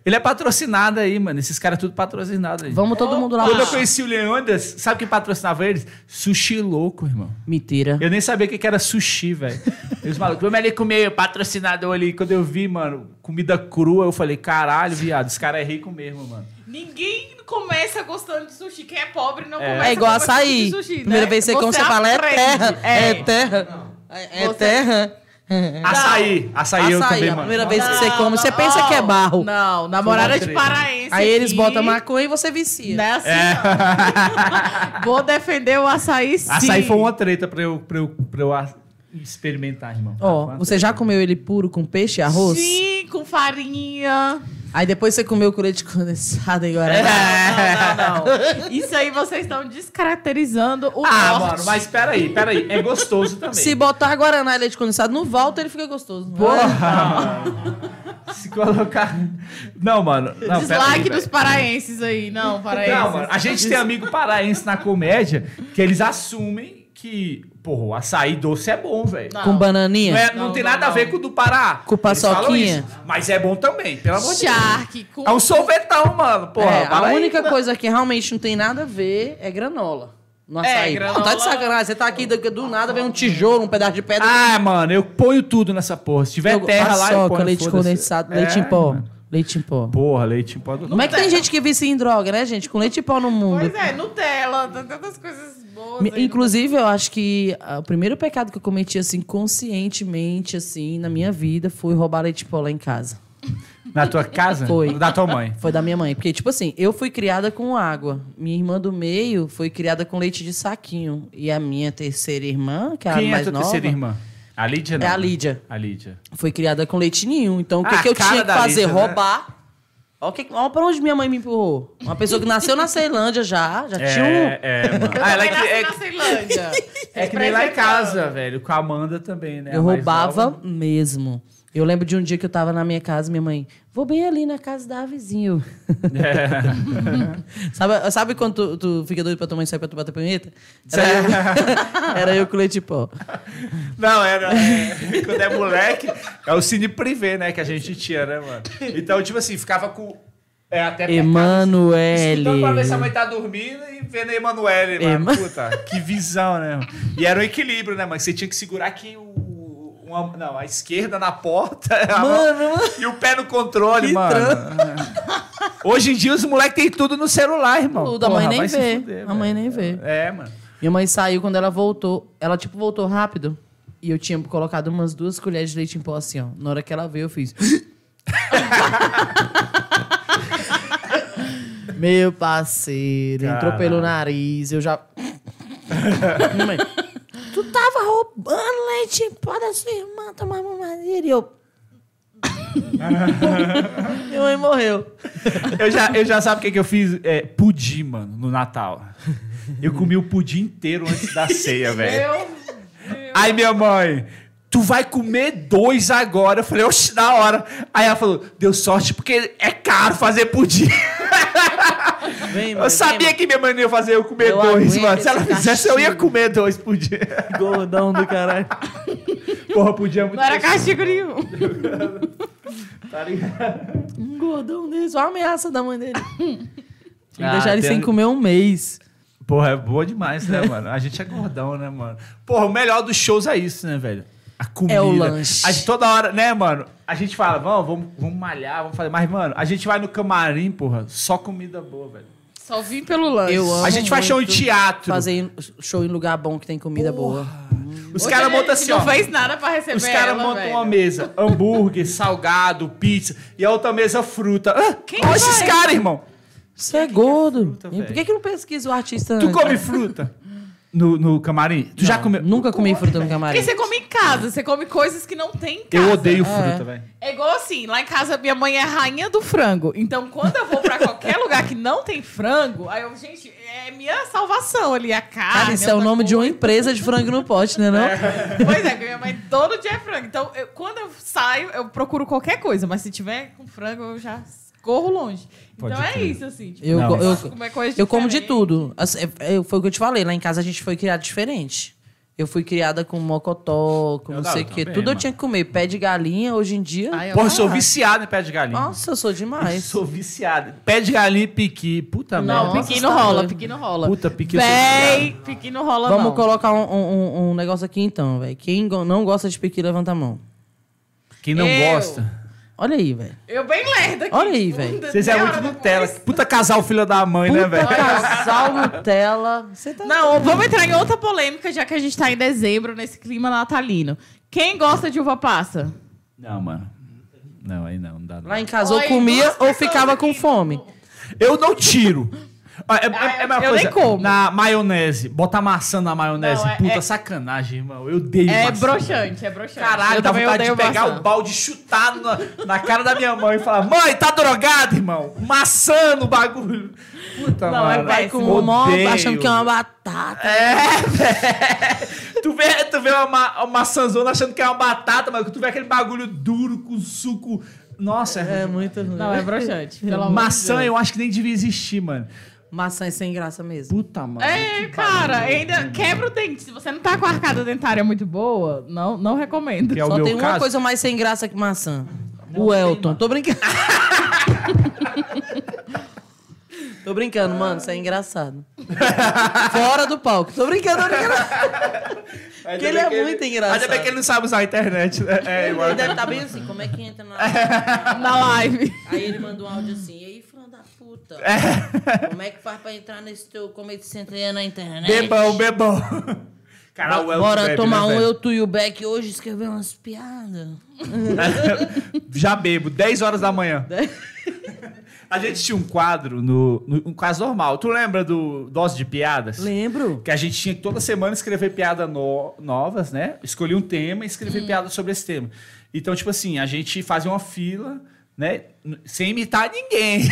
C: Ele é patrocinado aí, mano. Esses caras é tudo patrocinado aí.
A: Vamos todo mundo lá.
C: Quando eu conheci o Leandras, sabe quem patrocinava eles? Sushi louco, irmão.
A: Mentira.
C: Eu nem sabia o que que era sushi, velho. E Os malucos, vamos ali comer, o patrocinador ali. Quando eu vi, mano, comida crua, eu falei, caralho, viado, esse cara é rico mesmo, mano.
B: Ninguém começa gostando de sushi. Quem é pobre não começa
A: É igual
B: gostando
A: açaí.
B: de sushi, né?
A: Primeira vez que você come, você fala, é
B: aprende.
A: terra. É,
B: É.
A: terra. É, é
B: Você-
A: terra.
C: Açaí, açaí, eu
A: Açaí,
C: também,
A: a
C: mano.
A: primeira vez que você come, você pensa que é barro.
B: Não, namorada
C: Fumar
B: de
C: três.
B: paraense.
A: Aí eles
B: aqui,
A: botam maconha e você vicia.
B: Não é assim, não. Vou defender o açaí sim.
C: É. Açaí foi uma treta pra eu, pra eu, pra eu a- experimentar, irmão. Foi
A: Ó, é?
C: uma
A: você
C: treta.
A: já comeu ele puro com peixe e arroz?
B: Sim, com farinha.
A: Aí depois você comeu com leite condensado né? em Guaraná.
B: É. Não, não, não. Isso aí vocês estão descaracterizando o
C: Ah,
B: norte.
C: mano, mas peraí, peraí. É gostoso também.
A: Se botar Guaraná e leite condensado no Walter, ele fica gostoso.
C: Porra! mano. Se colocar. Não, mano. Não, peraí,
B: Dislike
C: velho.
B: dos paraenses aí. Não, paraenses.
C: Não, mano, a gente tem amigo paraense na comédia que eles assumem que, porra, o açaí doce é bom, velho.
B: Não.
A: Com
C: Não,
A: bananinha?
C: é- não
B: Não,
C: tem
B: não,
C: nada a
B: não.
C: ver com o do Pará.
A: Com
C: Eles falam
A: paçoquinha.
C: isso, Mas é bom também, pelo amor de Deus.
B: Shark com...
C: É um sorvetão, mano. Porra,
A: É, a
C: fala aí.
A: única coisa que realmente não tem nada a ver é granola. No
B: É,
A: açaí.
B: granola-
A: Pô, tá de sacanagem. Você tá aqui, do, do nada vem um tijolo, um pedaço de pedra.
C: Ah, mano, eu ponho tudo nessa porra. Se tiver
A: Eu-
C: terra lá, eu
A: paçoca,
C: ponho.
A: leite
C: foda-se.
A: condensado,
C: É,
A: leite em pó.
C: mano.
A: Leite em pó.
C: Porra, leite em pó. do-
A: Como é que tem gente que vicia em droga, né, gente? Com leite em pó no mundo.
B: Pois é, Nutella, tem tantas coisas boas.
A: Me-
C: é.
B: aí no-
A: Inclusive, eu acho que ah, o primeiro pecado que eu cometi, assim, conscientemente, assim, na minha vida, foi roubar leite pó lá em casa.
C: Na tua casa?
A: Foi.
C: Da tua mãe.
A: Foi da minha mãe. Porque, tipo assim, eu fui criada com água. Minha irmã do meio foi criada com leite de saquinho. E a minha terceira irmã, que é a
C: Quem é a
A: mais
C: tua
A: nova,
C: terceira irmã? A Lídia, não. né?
A: É a Lídia.
C: A Lídia.
A: foi criada com leite nenhum. Então, o que,
C: Ah,
A: que eu
C: cara
A: tinha que
C: da
A: fazer?
C: Lídia, né?
A: Roubar. Olha, o que, olha pra onde minha mãe me empurrou. Uma pessoa que nasceu na Ceilândia já, já tinha um...
C: é, mano.
B: Eu
C: Ah, ela é
B: também nasci
C: que, é,
B: na Ceilândia.
C: é que nem lá em casa, velho. Com a Amanda também, né?
A: Eu
C: A mais
A: roubava
C: nova.
A: mesmo. Eu lembro de um dia que eu tava na minha casa, minha mãe, vou bem ali na casa da vizinho.
C: É.
A: sabe, sabe quando tu, tu fica doido pra tua mãe sair pra tu bater punheta? Era, eu, era eu com leite em pó.
C: É, Não, era. é, quando é moleque, é o cine privê, né? Que a gente tinha, né, mano? Então, tipo assim, ficava com. É, até perto, Escutando pra ver se
A: Emanuele.
C: a mãe tá dormindo e vendo a Emanuele, mano.
A: Ema-
C: Puta, que visão, né? mano? E era um equilíbrio, né, mano? Você tinha que segurar aqui o. uma- não, a esquerda na porta a mão- e o pé no controle,
A: Que
C: mano. Hoje em dia os moleques têm tudo no celular, irmão.
A: Tudo, a mãe nem
C: vai se
A: vê.
C: fuder,
A: A mãe nem
C: velho.
A: vê.
C: É, mano.
A: Minha mãe saiu, quando ela voltou, ela, tipo, voltou rápido. E eu tinha colocado umas duas colheres de leite em pó assim, ó. Na hora que ela veio, eu fiz... Meu parceiro, entrou
C: Caralho.
A: pelo nariz, eu já... Minha mãe, tu tava roubando leite em pó da sua irmã, tomar mamadeira, e eu... Minha mãe morreu.
C: Eu já, eu já sabe o que, que eu fiz? É, pudim, mano, no Natal. Eu comi o pudim inteiro antes da ceia, velho.
B: Eu...
C: Aí minha mãe, tu vai comer dois agora. Eu falei, oxe, na hora. Aí ela falou, deu sorte porque é caro fazer pudim.
A: Vem,
C: Eu sabia que minha mãe não ia fazer eu comer
A: Eu
C: dois,
A: aguento
C: mano. Se ela
A: esse
C: fizesse, eu ia
A: castigo.
C: comer dois por dia.
A: que gordão do caralho.
C: Porra, podia muito.
B: Não era
C: ter-
B: castigo nenhum.
C: tá ligado?
A: Um gordão desse, olha a ameaça da mãe dele. Tem que
C: Ah,
A: deixar ele
C: tem-
A: sem comer um mês.
C: Porra, é boa demais, né, mano? A gente é gordão, né, mano? Porra, o melhor dos shows é isso, né, velho? A comida.
A: É o lanche.
C: A gente toda hora, né, mano? A gente fala, vamos, vamos, vamos malhar, vamos fazer. Mas, mano, a gente vai no camarim, porra, só comida boa, velho.
B: Só vim pelo lanche.
A: Eu amo
C: a gente faz show em
A: muito
C: teatro.
A: Fazer em- show em lugar bom que tem comida boa.
C: Os caras montam assim, ó.
B: Não fez nada pra receber
C: Os caras
B: ela,
C: montam
B: velho.
C: uma mesa, hambúrguer, salgado, pizza, e a outra mesa fruta. Ah,
B: Quem
C: olha
B: vai?
C: esses caras, irmão.
A: Você é gordo.
C: fruta,
A: E
C: velho?
A: Por que, que não pesquisa o artista?
C: Tu
A: antes?
C: come fruta no, no camarim? Tu
A: Não,
C: já comeu?
A: Nunca comi fruta no camarim.
B: Porque você come em casa, você come coisas que não tem em casa.
C: Eu odeio
A: É.
C: fruta, velho.
B: É igual assim, lá em casa minha mãe é a rainha do frango. Então quando eu vou pra qualquer lugar que não tem frango, aí eu, gente, é minha salvação ali, a carne.
C: Ah,
A: Cara, isso é o
C: tá
B: outra
A: nome de uma
B: coisa.
A: empresa de frango no pote, né não?
B: Pois é, porque minha mãe todo dia é frango. Então eu- quando eu saio, eu procuro qualquer coisa, mas se tiver com frango, eu já corro longe.
C: Pode
B: então é
C: crer.
B: isso, assim. Tipo,
A: Eu,
C: Não,
A: co-
C: mas-
A: eu,
B: comer coisa
A: eu como de
B: diferente.
A: tudo. Assim, é- é- foi o que eu te falei. Lá em casa a gente foi criado diferente. Eu fui criada com mocotó, com
C: Eu
A: não
C: não,
A: sei
C: eu
A: o quê.
C: também,
A: Tudo eu
C: mano.
A: tinha que comer. Pé de galinha, hoje em dia...
B: Ai, eu
C: Porra, eu
B: não
C: sou
B: gosto.
C: viciado em pé de galinha.
A: Nossa, eu sou
C: Eu
A: demais.
C: sou viciado. Pé de galinha e piqui. Puta
B: Não,
C: merda.
A: Nossa,
B: pequeno
A: tá
B: rola,
A: doido.
B: pequeno rola.
C: Puta, piqui eu sou
B: Véi, pequeno rola
A: Vamos
B: não.
A: colocar um, um- um- um negócio aqui então, velho. Quem go- não gosta de piqui, levanta a mão.
C: viciado. Quem não
B: Eu.
C: gosta.
A: Olha aí, velho.
B: Eu bem lerda aqui.
A: Olha aí,
B: tipo,
A: velho.
B: de-
C: Vocês é
B: meia
C: muito
B: hora
C: Nutella.
B: depois.
C: Puta casal, filho da mãe, né,
A: Puta
C: velho?
A: casal Nutella. Você tá...
B: Não, vamos entrar em outra polêmica, já que a gente tá em dezembro, nesse clima natalino. Quem gosta de uva passa?
C: Não, mano. Não, aí não, não dá. não.
A: Lá em casa
B: Oi,
A: ou comia
B: duas
A: ou
B: pessoas
A: ficava com
B: aqui.
A: fome.
C: Eu não tiro. Ah, É, é, é a mesma
B: eu nem
C: coisa.
B: como.
C: Na maionese. Botar maçã na maionese.
B: Não, é-
C: Puta
B: é-
C: sacanagem, irmão. Eu odeio
B: É
C: maçã.
B: broxante, é broxante.
C: Caralho,
B: eu
C: dá
B: também
C: vontade de
B: odeio
C: pegar um
B: maçã.
C: o balde e chutar na, na cara da minha mãe e falar: Mãe, tá drogado, irmão? Maçã no bagulho. Puta,
B: Não, é
A: Vai
C: mano.
B: Vai,
A: com
B: sim.
A: o mó,
C: Odeio.
A: achando que é uma batata.
C: Tu vê, tu vê uma, ma- uma maçãzona achando que é uma batata, mas tu vê aquele bagulho duro com suco. Nossa, é,
A: É
C: ruim.
A: muito ruim.
B: Não, é broxante. Pelo amor
C: Maçã
B: de Deus.
C: eu acho que nem devia existir, mano.
A: Maçã é sem graça mesmo.
C: Puta, mano.
B: É, cara, ainda quebra o dente. Se você não tá com a arcada dentária muito boa, não, não recomendo.
C: Que é o
A: Só
C: meu
A: tem uma
C: caso.
A: coisa mais sem graça que maçã.
C: Não
A: o
C: sei,
A: Elton.
C: mano.
A: Tô brincando. tô brincando, mano. Isso é engraçado. Fora do palco. Tô brincando, tô brincando.
C: Ainda
A: porque ele
C: bem
A: é
C: que
A: muito engraçado.
C: Ainda bem que ele não sabe usar a internet. né? É,
A: Ele
C: igual-
A: deve estar bem assim. Como é que entra na...
B: Na live.
A: Aí ele mandou um áudio assim. E aí, filho da puta? Como é que faz pra entrar nesse teu comedy center aí na internet?
C: Bebão, bebão. Cara, o Elton
A: Bora
C: bebe,
A: tomar
C: né,
A: um,
C: velho?
A: eu, tu e o Beck hoje escrever umas piadas.
C: Já bebo, 10 horas da manhã. A gente tinha um quadro, no, no- um quadro normal. Tu lembra do Dose de Piadas?
A: Lembro.
C: Que a gente tinha que toda semana escrever piada no- novas, né? Escolher um tema
A: Hum.
C: e escrever piada sobre esse tema. Então, tipo assim, a gente fazia uma fila, né? N- Sem imitar ninguém.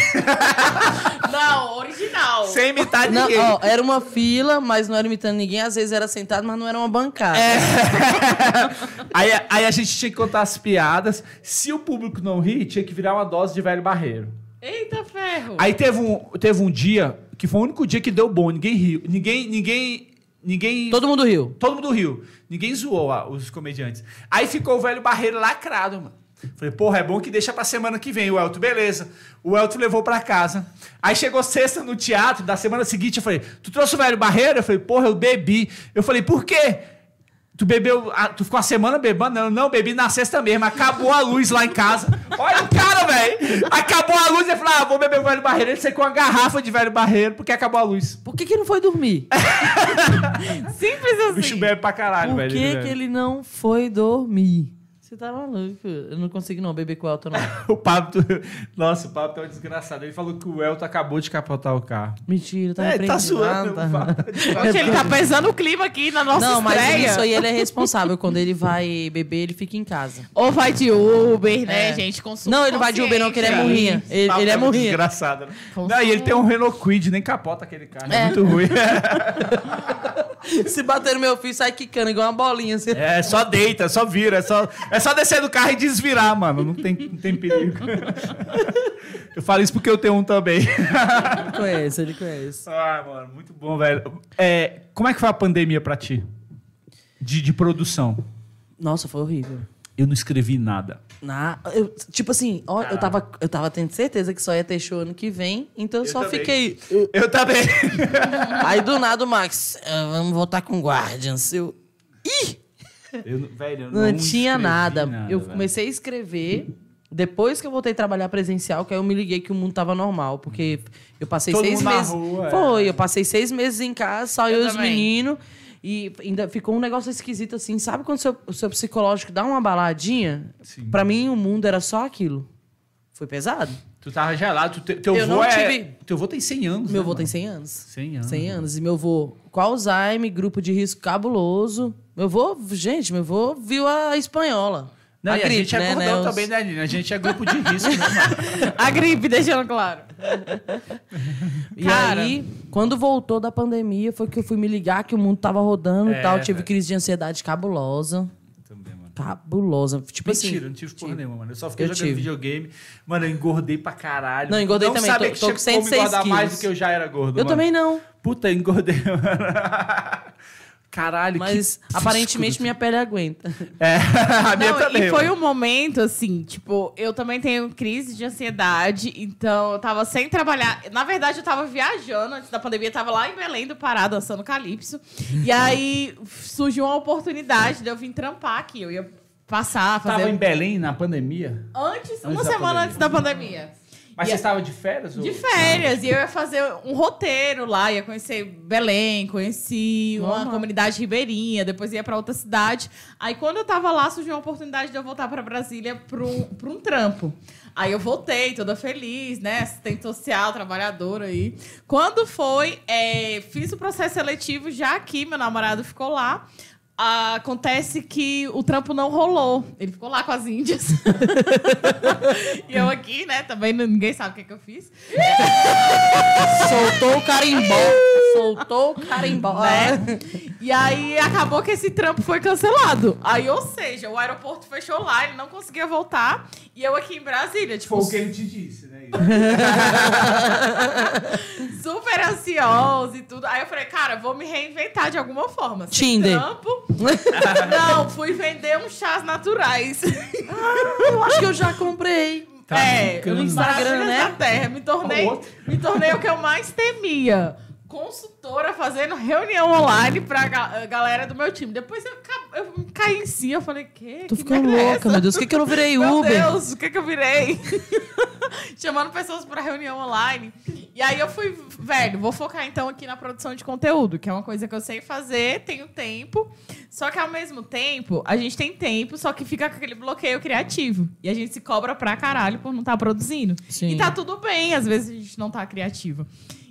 B: Não, original.
C: Sem imitar
A: Não,
C: ninguém.
A: ó, era uma fila, mas não era imitando ninguém. Às vezes era sentado, mas não era uma bancada.
C: É. Aí, aí a gente tinha que contar as piadas. Se o público não rir, tinha que virar uma dose de velho barreiro.
B: Eita ferro.
C: Aí teve um, teve um dia que foi o único dia que deu bom, ninguém riu. Ninguém. Ninguém. Ninguém. Todo,
A: Todo mundo riu.
C: mundo riu. Ninguém zoou ah, os comediantes. Aí ficou o velho barreiro lacrado, mano. Falei, porra, é bom que deixa pra semana que vem. O Elton, beleza. O Elton levou pra casa. Aí chegou sexta no teatro, da semana seguinte, eu falei, tu trouxe o velho barreiro? Eu falei, porra, eu bebi. Eu falei, por quê? Tu bebeu. a- tu ficou a semana bebendo? Eu não bebi na sexta mesmo. Acabou a luz lá em casa. Olha o cara, velho. Acabou a luz. Ele falou: ah, vou beber o velho barreiro. Ele saiu com uma garrafa de velho barreiro porque acabou a luz.
A: Por que, que ele não foi dormir?
B: Simples
C: O bicho
B: assim.
C: bebe pra caralho,
A: Por
C: velho.
A: que, que ele não foi dormir? Você tá maluco? Eu não consigo não beber com o Elton, não.
C: O Pablo. Nossa, o Pablo é um desgraçado. Ele falou que o Elton acabou de capotar o carro.
A: Mentira, tá
C: É,
A: repreendido.
C: tá zoando.
A: Ah, tá.
C: o Pablo.
B: Poxa, ele tá pesando o clima aqui na nossa
A: Não, mas
B: estreia.
A: isso aí ele é responsável. Quando ele vai beber, ele fica em casa.
B: Ou vai de Uber, né,
A: É.
B: gente? Consumo
A: Não, ele não vai de Uber, não, que ele é
B: consciente.
A: murrinha. Ele,
C: Pablo
A: ele é
C: muito
A: murrinha. É.
C: Desgraçado. né? Não, e ele tem um Renault Quid, nem capota aquele carro. É, muito ruim.
A: Se bater no meu filho, sai quicando igual uma bolinha. Assim.
C: É, só deita, só vira, é só, é só descer do carro e desvirar, mano. Não tem, não tem perigo. Eu falo isso porque eu tenho um também.
A: Ele conhece, ele conhece.
C: Ah, mano, muito bom, velho. É, como é que foi a pandemia pra ti? De, de produção.
A: Nossa, foi horrível.
C: Eu não escrevi nada.
A: Na, eu- tipo assim, ó, eu, tava, eu tava tendo certeza que só ia ter show ano que vem, então eu, só
C: também.
A: fiquei.
C: Eu também.
A: Aí do nada o Max, "Ah, vamos voltar com Guardians. Eu,
C: Eu não- velho, eu
A: não, tinha
C: escrevi
A: nada. Eu
C: velho.
A: comecei a escrever depois que eu voltei a trabalhar presencial, que aí eu me liguei que o mundo tava normal, porque eu passei
C: Uhum. Todo
A: seis
C: mundo na
A: meses.
C: rua, é.
A: Foi, eu passei seis meses em casa, saiu
B: Eu
A: os
B: também.
A: meninos. E ainda ficou um negócio esquisito assim. Sabe quando o seu, o seu psicológico dá uma baladinha?
C: Sim.
A: Pra mim, o mundo era só aquilo. Foi pesado.
C: Tu tava gelado. Tu, te- teu
A: Eu
C: vô
A: não
C: é-
A: tive-
C: Teu vô tem 100 anos.
A: Meu
C: né,
A: avô
C: mano?
A: tem 100 anos.
C: 100 anos.
A: 100 anos. E meu avô com Alzheimer, grupo de risco cabuloso. Meu avô, gente, meu avô viu a espanhola.
C: Não, e a
A: gripe,
C: gente é gordão
A: Os-
C: também, né, Nina? A gente é grupo de risco, né, mano?
B: A gripe, deixando claro.
A: E
B: Cara.
A: aí, quando voltou da pandemia, foi que eu fui me ligar que o mundo tava rodando
C: É,
A: e tal. Tive
C: velho.
A: crise de ansiedade cabulosa.
C: Também, mano.
A: Cabulosa. Tipo
C: Mentira, eu
A: assim.
C: não tive porra nenhuma, mano. Eu só fiquei
A: Eu
C: jogando
A: tive.
C: videogame. Mano, eu engordei pra caralho.
A: Não, engordei também,
C: sabia
A: tô-
C: que
A: tô
C: tinha
A: com
C: como
A: 106
C: engordar mais
A: quilos.
C: do que eu já era gordo,
A: Eu
C: mano.
A: também não.
C: Puta, engordei, mano. Caralho,
A: Mas
C: que...
A: aparentemente minha pele aguenta.
C: É, a minha
B: Não,
C: também. né?
B: e foi
C: mano.
B: um momento, assim, tipo, eu também tenho crise de ansiedade, então eu tava sem trabalhar. Na verdade, eu tava viajando antes da pandemia, eu tava lá em Belém do Pará, dançando Calypso. E aí surgiu uma oportunidade de eu vir trampar aqui. Eu ia passar, fazer.
C: Tava em Belém na pandemia?
B: Antes, uma semana
C: Antes da pandemia.
B: antes da pandemia.
C: Mas
B: E
C: você
B: a-
C: estava de férias? ou-
B: De férias, e eu ia fazer um roteiro lá, ia conhecer Belém, conheci uma
A: Normal.
B: comunidade ribeirinha, depois ia pra outra cidade. Aí quando eu tava lá, surgiu uma oportunidade de eu voltar pra Brasília pra um, pra um trampo. Aí eu voltei, toda feliz, né? Assistente social, trabalhadora aí. Quando foi, é, fiz o processo seletivo já aqui, meu namorado ficou lá. Ah, acontece que o trampo não rolou. Ele ficou lá com as índias. e eu aqui, né? Também ninguém sabe o que, que eu fiz.
A: Soltou o carimbó. Soltou o carimbó.
B: né? E aí acabou que esse trampo foi cancelado. Aí, ou seja, o aeroporto fechou lá, ele não conseguia voltar. E eu aqui em Brasília, tipo,
C: Foi o que ele te disse, né?
B: super ansiosa e tudo. Aí eu falei, cara, vou me reinventar de alguma forma. Sem
A: Tinder.
B: Trampo. não, fui vender uns chás naturais.
A: Eu acho que eu já comprei.
C: Tá
B: é,
C: brincando.
B: no Instagram,
A: Maravilhas
B: né?
A: da
B: Terra. Me tornei,
C: Qual outro?
B: me tornei o que eu mais temia. Consultora fazendo reunião online pra ga- galera do meu time. Depois eu, ca- eu caí em si, eu falei, que?
A: Tô
B: que
A: ficando
B: merda é
A: louca, meu Deus. Por que, que eu não virei
B: Meu
A: Uber?
B: Deus, o que, que eu virei? Chamando pessoas para reunião online. E aí eu fui, velho, vou focar então aqui na produção de conteúdo, que é uma coisa que eu sei fazer, tenho tempo. Só que ao mesmo tempo, a gente tem tempo, só que fica com aquele bloqueio criativo. E a gente se cobra pra caralho por não estar produzindo.
A: Sim.
B: E tá tudo bem, às vezes a gente não tá criativo.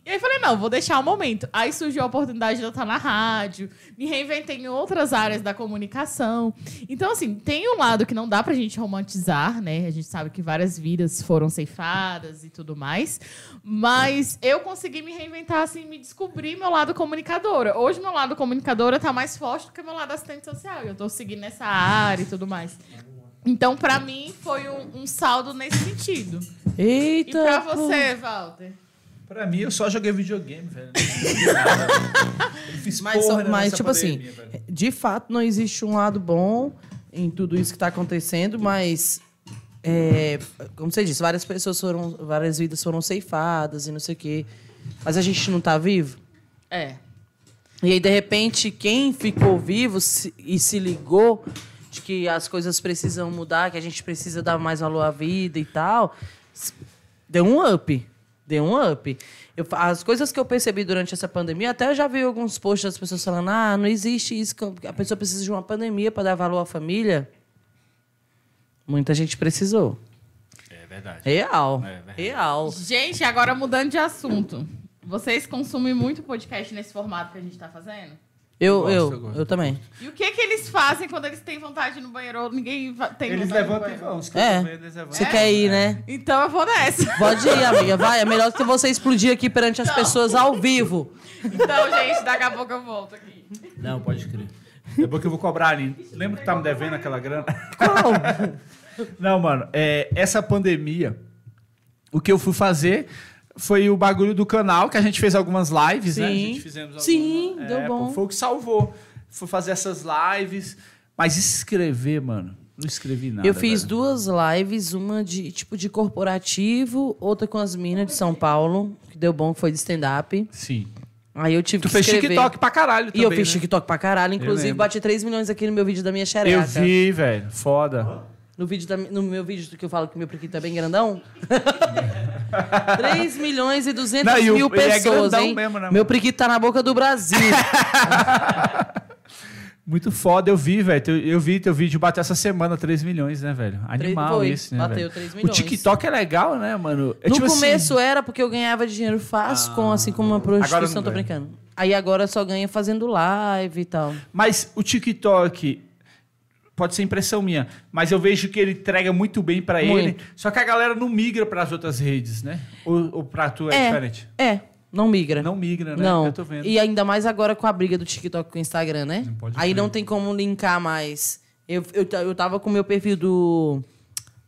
B: E aí falei, não, vou deixar o momento. Aí surgiu a oportunidade de eu estar na rádio, me reinventei em outras áreas da comunicação. Então, assim, tem um lado que não dá pra gente romantizar, né? A gente sabe que várias vidas foram ceifadas e tudo mais. Mas eu consegui me reinventar, assim, me descobrir meu lado comunicadora. Hoje, meu lado comunicadora tá mais forte do que meu lado assistente social. E eu tô seguindo essa área e tudo mais. Então, pra mim, foi um- um saldo nesse sentido.
A: Eita.
B: E pra
A: pô.
B: você, Walter?
C: Pra mim, eu só joguei videogame, velho. Eu fiz
A: Mas,
C: porra
A: só- mas,
C: nessa
A: tipo
C: pandemia,
A: assim,
C: velho.
A: de fato não existe um lado bom em tudo isso que tá acontecendo, mas é, como você disse, várias pessoas foram, várias vidas foram ceifadas e não sei o quê. Mas a gente não tá vivo.
B: É.
A: E aí, de repente, quem ficou vivo se- e se ligou de que as coisas precisam mudar, que a gente precisa dar mais valor à vida e tal, s- deu um up. Deu um up. Eu fa- as coisas que eu percebi durante essa pandemia, até eu já vi alguns posts das pessoas falando: ah, não existe isso, que a pessoa precisa de uma pandemia para dar valor à família. Muita gente precisou.
C: É verdade.
A: Real.
C: É verdade.
A: real.
B: Gente, agora mudando de assunto. Vocês consumem muito podcast nesse formato que a gente tá fazendo?
A: Eu,
C: gosto,
A: eu,
C: eu
A: eu,
C: gosto.
A: também.
B: E o que que eles fazem quando eles têm vontade no banheiro ou ninguém va- tem
C: Eles
B: vontade no
C: levantam e
B: banheiro?
C: vão. Os que
A: É.
C: estão vendo, eles levantam.
A: Você quer
C: é.
A: ir, né?
B: Então eu vou nessa.
A: Pode ir, amiga. Vai. É melhor que você explodir aqui perante as
B: Não.
A: pessoas ao vivo.
B: Então, gente, daqui a pouco eu volto aqui.
E: Não, pode crer.
C: Depois É que eu vou cobrar ali. Lembra que tá me devendo aquela grana?
A: Qual?
C: Não, mano, é, essa pandemia, o que eu fui fazer foi o bagulho do canal, que a gente fez algumas lives, né? A
A: Sim.
C: gente fizemos algumas. É,
A: Sim, deu
C: pô,
A: bom.
C: Foi o que salvou. Fui fazer essas lives. Mas escrever, mano, não escrevi nada.
A: Eu fiz
C: velho.
A: duas lives, uma de tipo de corporativo, outra com as minas de São Paulo, que deu bom, que foi de stand-up.
C: Sim.
A: Aí eu tive
C: Tu
A: que
C: fez
A: escrever.
C: TikTok pra caralho
A: E
C: também,
A: eu fiz
C: né?
A: TikTok pra caralho. Inclusive,
C: lembro.
A: bati 3 milhões aqui no meu vídeo da minha xereca.
C: Eu vi, velho. Foda.
A: No, vídeo da- no meu vídeo que eu falo que meu prequito é bem grandão. 3 milhões e 200
C: Não, e o-
A: mil
C: ele é
A: pessoas,
C: grandão
A: hein?
C: mesmo, né,
A: meu
C: mano?
A: prequito tá na boca do Brasil.
C: Muito foda, eu vi, velho. Teu- Eu vi teu vídeo bateu essa semana 3 milhões, né, velho?
A: Três-
C: Animal
A: foi,
C: esse, né?
A: bateu
C: velho?
A: 3
C: O
A: milhões.
C: TikTok é legal, né, mano? É
A: no
C: tipo assim, Ah.
A: começo era porque eu ganhava dinheiro fácil, com, assim como uma
C: Agora
A: prostituição,
C: não
A: tô
C: ganha.
A: brincando. Aí agora só ganha fazendo live e tal.
C: Mas o TikTok pode ser impressão minha, mas eu vejo que ele entrega muito bem pra ele.
A: Muito.
C: Só que a galera não migra pras outras redes, né? Ou, ou pra tu é,
A: É.
C: diferente?
A: É, não migra.
C: Não migra, né?
A: Não.
C: Eu tô vendo.
A: E ainda mais agora com a briga do TikTok com o Instagram, né?
C: Não pode
A: Aí
C: crer.
A: não tem como linkar mais. Eu, eu, ta- eu tava com o meu perfil do,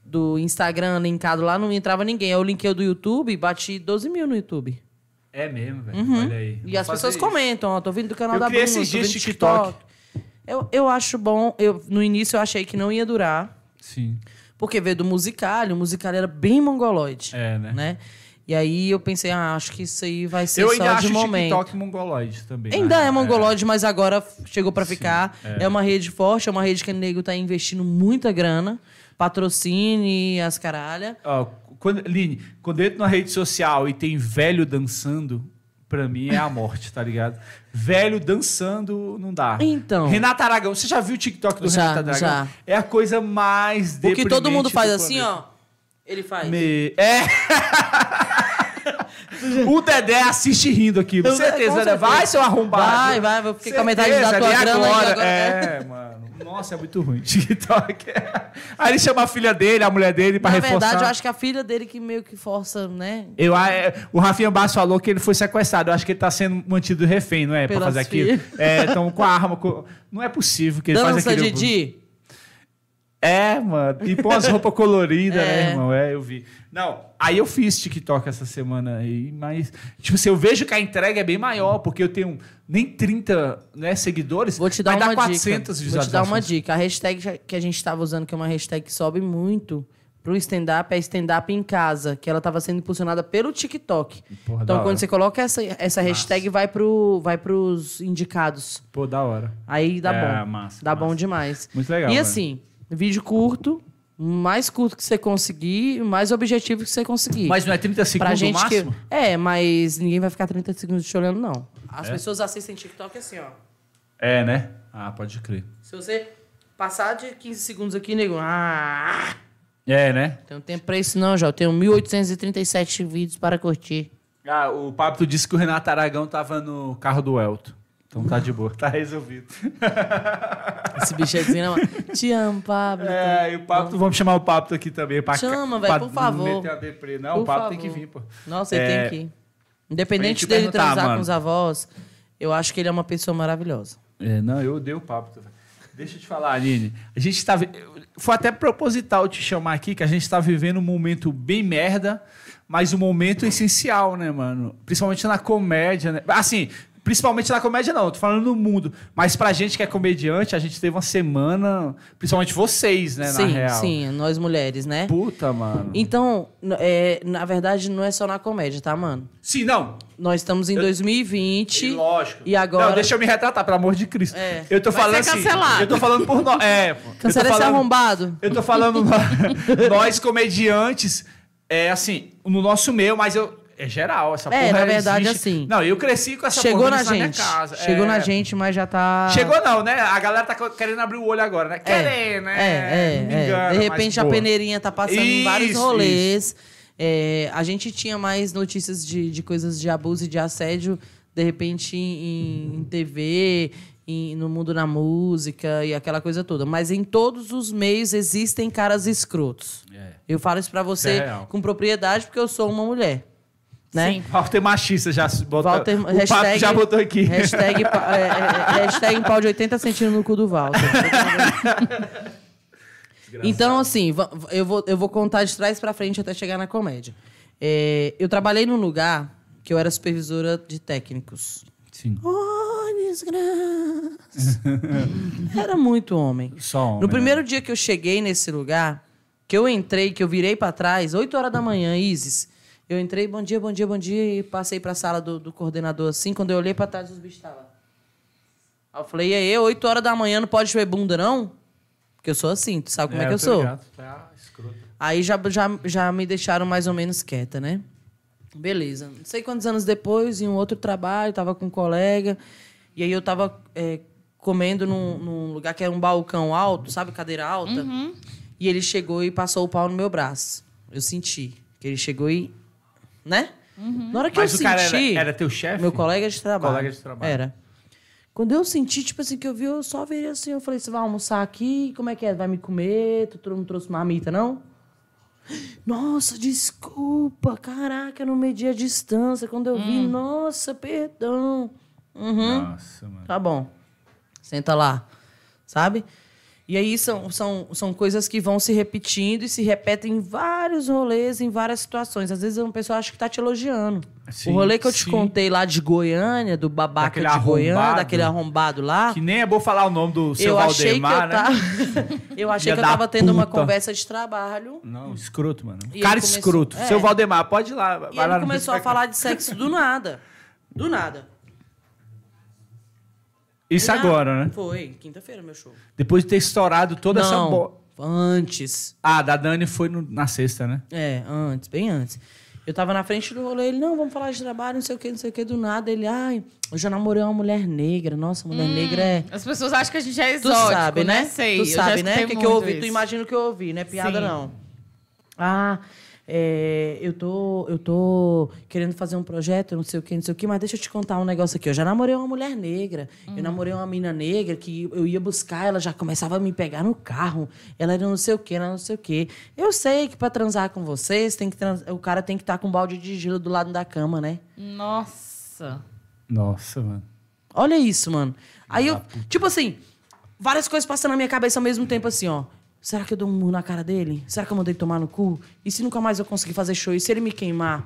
A: do Instagram linkado lá, não entrava ninguém. Aí Eu linkei o do YouTube e bati 12 mil no YouTube.
C: É mesmo, velho. Olha aí.
A: Uhum. E
C: Vou
A: as
C: fazer
A: pessoas
C: isso.
A: comentam, ó, tô vindo do canal
C: Eu
A: da
C: criei
A: Bruna,
C: esses
A: tô
C: dias
A: vindo do
C: TikTok.
A: TikTok. Eu, eu acho bom. Eu, no início eu achei que não ia durar.
C: Sim.
A: Porque veio do musical, e o musical era bem mongoloide.
C: É, né?
A: E aí eu pensei, ah, acho que isso aí vai ser
C: eu
A: só
C: ainda acho
A: de
C: o
A: momento.
C: TikTok mongoloide também.
A: Ainda
C: né?
A: é mongoloide, mas agora chegou pra ficar. É. uma rede forte, é uma rede que o nego tá investindo muita grana. Patrocine as caralha.
C: Ó, Ah, quando, Line, quando eu entro na rede social e tem velho dançando, pra mim é a morte, tá ligado? Velho dançando não dá.
A: Então.
C: Renata Aragão, você já viu o TikTok do
A: Já,
C: Renata Aragão?
A: já.
C: É a coisa mais
A: O que
C: deprimente
A: todo mundo
C: do
A: faz assim,
C: planeta.
A: ó. Ele faz.
C: Me- É. o Dedé assiste rindo aqui, com
A: Eu-
C: certeza,
A: com
C: né?
A: certeza.
C: Vai, seu arrombado.
A: Vai, vai, vai, porque com a metade
C: Certeza,
A: da tua
C: ali
A: grana
C: agora.
A: ainda agora- né?
C: É, mano. Nossa, é muito ruim. TikTok. Aí ele chama a filha dele, a mulher dele, pra
A: Na
C: reforçar.
A: verdade, eu acho que a filha dele que meio que força, né?
C: Eu, ah, é, o Rafinha Bass falou que ele foi sequestrado. Eu acho que ele tá sendo mantido refém, não é? Pra
A: Pelas
C: fazer aquilo. É, então com a arma. com- Não é possível que ele faça
A: Dança,
C: aquilo.
A: Didi.
C: É, mano. E põe as roupas coloridas,
A: É.
C: né, irmão? É, eu vi. Não, aí eu fiz TikTok essa semana aí, mas. Tipo assim, eu vejo que a entrega é bem maior, porque eu tenho nem 30 né, seguidores.
A: Vou te dar
C: vai
A: uma
C: dar
A: dica.
C: 400
A: Vou te dar uma
C: visualizações.
A: dica. A hashtag que a gente estava usando, que é uma hashtag que sobe muito pro stand-up, é stand-up em casa, que ela estava sendo impulsionada pelo TikTok.
C: Porra, da
A: então,
C: hora.
A: quando você coloca essa, essa hashtag, vai, pro, vai pros indicados.
C: Pô, da hora.
A: Aí dá
C: É,
A: bom.
C: massa,
A: dá bom
C: massa.
A: demais.
C: Muito legal,
A: E
C: né?
A: assim, vídeo curto, mais curto que você conseguir, mais objetivo que você conseguir.
C: Mas não é 30
A: Pra
C: segundos no
A: gente que...
C: máximo?
A: É, mas ninguém vai ficar 30 segundos te olhando, não. As pessoas assistem TikTok assim, ó.
C: É, né? Ah, pode crer.
A: Se você passar de 15 segundos aqui, nego. Ah,
C: É, né?
A: tem um tempo pra isso, não, já. Eu tenho 1837 vídeos para curtir.
C: Ah, o Pablo disse que o Renato Aragão tava no carro do Elton. Então tá de boa, tá resolvido.
A: Esse bicho é dizendo, "Não, Te amo, Pablo.
C: É, e o Pablo, vamos chamar o Pablo aqui também. Pra,
A: Chama,
C: pra
A: velho, por
C: não
A: favor.
C: meter uma deprê. Não,
A: Por
C: o Pablo
A: favor.
C: tem que vir, pô.
A: Nossa, ele
C: É.
A: tem que ir.
C: Pra gente
A: Independente dele
C: perguntar,
A: transar
C: mano.
A: com os avós, eu acho que ele é uma pessoa maravilhosa.
C: É, não, eu odeio o Pablo. tá, velho. Deixa eu te falar, Aline. A gente tá. vi- Foi até proposital te chamar aqui, que a gente tá vivendo um momento bem merda, mas um momento essencial, né, mano? Principalmente na comédia, né? Assim. Principalmente na comédia, não, tô falando no mundo. Mas pra gente que é comediante, a gente teve uma semana. Principalmente vocês, né? na
A: sim,
C: real.
A: sim, nós mulheres, né?
C: Puta, mano.
A: Então, n- é, na verdade, não é só na comédia, tá, mano?
C: Sim, não.
A: Nós estamos em 2020.
C: Lógico.
A: E agora.
C: Não, deixa eu me retratar, pelo amor de Cristo.
A: É.
C: Eu tô
B: Vai
C: falando
B: ser
C: assim.
B: cancelado.
C: Eu tô falando por nós. É, pô. Eu tô
A: Cancela esse
C: falando-
A: arrombado.
C: Eu tô falando no- nós comediantes, é assim, no nosso meio, mas eu é geral essa
A: É,
C: porra.
A: na verdade,
C: existe.
A: assim.
C: Não, eu cresci com essa
A: Chegou
C: porra
A: na
C: isso minha
A: gente.
C: casa.
A: Chegou
C: É.
A: na gente, mas já tá.
C: Chegou não, né? A galera tá querendo abrir o olho agora, né? Querendo,
A: É,
C: né?
A: é,
C: Não me
A: é.
C: engana,
A: De
C: mas,
A: repente a
C: pô.
A: peneirinha tá passando em vários
C: Isso,
A: rolês. É, a gente tinha mais notícias de, de coisas de abuso e de assédio, de repente, em, em TV, em- no mundo da música e aquela coisa toda. Mas em todos os meios existem caras escrotos.
C: É.
A: Eu falo isso pra você
C: Isso é real.
A: com propriedade porque eu sou uma mulher. Né?
B: Sim.
C: Walter Machista já se botou.
A: Walter,
C: o Papo
A: hashtag,
C: já botou aqui.
A: Hashtag, pa- é, é, é, hashtag pau de 80 centímetros no cu do Walter. então, assim, va- va- eu vou, eu vou contar de trás pra frente até chegar na comédia. É, eu trabalhei num lugar que eu era supervisora de técnicos.
C: Sim.
A: Oh, desgraça. Era muito homem.
C: Só homem, né?
A: No primeiro dia que eu cheguei nesse lugar, que eu entrei, que eu virei pra trás, 8 horas da manhã, Isis. Eu entrei, bom dia, bom dia, bom dia, e passei pra sala do, do coordenador assim. Quando eu olhei pra trás, os bichos estavam. lá. Aí eu falei, e aí, 8 horas da manhã não pode ver bunda, não? Porque eu sou assim, tu sabe como é, que eu sou. Aí já, já, já me deixaram mais ou menos quieta, né? Beleza. Não sei quantos anos depois, em um outro trabalho, tava com um colega. E aí eu tava é, comendo num, num lugar que é um balcão alto, sabe? Cadeira alta. E ele chegou e passou o pau no meu braço. Eu senti. Que ele chegou e. Né? Na hora que
C: Mas
A: eu
C: o cara era-
A: senti.
C: era teu chefe?
A: Meu colega de trabalho.
C: Colega de trabalho.
A: Era. Quando eu senti, tipo assim, que eu vi, eu só virei assim. Eu falei, você vai almoçar aqui? Como é que é? Vai me comer? Tu tro- não trouxe marmita, não? Nossa, desculpa, caraca, eu não medi a distância. Quando eu vi, nossa, perdão. Uhum.
C: Nossa, mano.
A: Tá bom. Senta lá. Sabe? E aí são, são, são coisas que vão se repetindo e se repetem em vários rolês, em várias situações. Às vezes uma pessoa acha que tá te elogiando.
C: Sim,
A: o rolê que eu te
C: sim.
A: contei lá de Goiânia, do babaca
C: Daquele
A: de Goiânia,
C: arrombado.
A: daquele arrombado lá.
C: Que nem é bom falar o nome do seu
A: eu achei que eu
C: Valdemar, né?
A: tava. eu achei
C: Filha
A: que eu
C: da
A: tava tendo uma
C: puta.
A: conversa de trabalho.
C: Não, escroto, mano.
A: E ele
C: cara
A: começou-
C: escroto.
A: é.
C: Seu Valdemar, pode ir lá. vai
A: E
C: lá
A: ele
C: no
A: começou a
C: Biscoito.
A: falar de sexo do nada. Do nada.
C: Isso
A: Do nada.
C: agora, né?
A: Foi, quinta-feira, meu show.
C: Depois de ter estourado toda essa
A: Não,
C: bo...
A: Antes.
C: Ah, da Dani foi no- na sexta, né?
A: É, antes, bem antes. Eu tava na frente do rolê, ele, não, vamos falar de trabalho, não sei o que, não sei o que, do nada. Ele, ai, eu já namorei uma mulher negra. Nossa, mulher negra é.
B: As pessoas acham que a gente é
A: Tu
B: exótico,
A: sabe, né?
B: Sei,
A: tu
B: eu já
A: sabe, né?
B: escutei
A: O que, que
B: muito
A: eu ouvi?
B: isso.
A: Tu imagina o que eu ouvi, né? Piada
B: Sim.
A: não. Ah, é, eu, tô, eu tô querendo fazer um projeto, não sei o que, não sei o que, mas deixa eu te contar um negócio aqui. Eu já namorei uma mulher negra. Eu namorei uma mina negra que eu ia buscar, ela já começava a me pegar no carro. Ela era não sei o que, ela não sei o que. Eu sei que pra transar com vocês, tem que trans- o cara tem que estar com um balde de gelo do lado da cama, né?
B: Nossa.
C: Nossa, mano.
A: Olha isso, mano. Aí eu, tipo assim, várias coisas passando na minha cabeça ao mesmo tempo, assim, ó. Será que eu dou um murro na cara dele? Será que eu mandei tomar no cu? E se nunca mais eu conseguir fazer show? E se ele me queimar?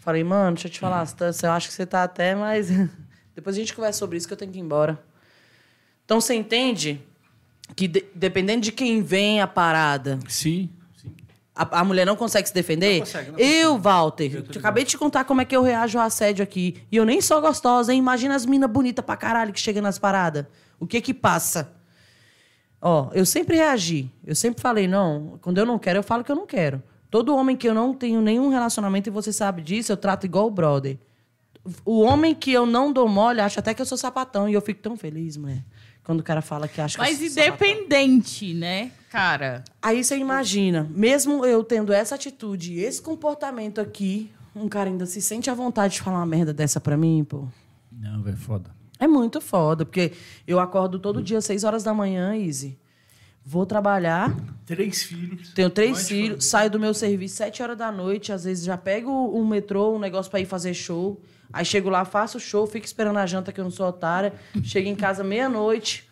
A: Falei, mano, deixa eu te falar, você tá- você- eu acho que você tá até, mas. Depois a gente conversa sobre isso que eu tenho que ir embora. Então você entende que de- dependendo de quem vem a parada,
C: Sim.
A: a, a mulher não consegue se defender?
C: consegue, não
A: eu, Walter, te acabei de te contar como é que eu reajo ao assédio aqui. E eu nem sou gostosa, hein? Imagina as minas bonitas pra caralho que chegam nas paradas. O que que passa? Ó, eu sempre reagi. Eu sempre falei, não, quando eu não quero, eu falo que eu não quero. Todo homem que eu não tenho nenhum relacionamento, e você sabe disso, eu trato igual o brother. O homem que eu não dou mole acha até que eu sou sapatão. E eu fico tão feliz, mulher. Quando o cara fala que acha
B: Mas
A: que eu sou sapatão.
B: independente, né, cara?
A: Aí você imagina, mesmo eu tendo essa atitude, esse comportamento aqui, um cara ainda se sente à vontade de falar uma merda dessa pra mim, pô.
C: Não, velho, foda.
A: É muito foda, porque eu acordo todo dia às 6 horas da manhã, Izzy. Vou trabalhar,
C: Três filhos.
A: tenho três filhos, saio do meu serviço 7 horas da noite, às vezes já pego um metrô, um negócio pra ir fazer show. Aí chego lá, faço show, fico esperando a janta que eu não sou otária. Chego em casa meia-noite.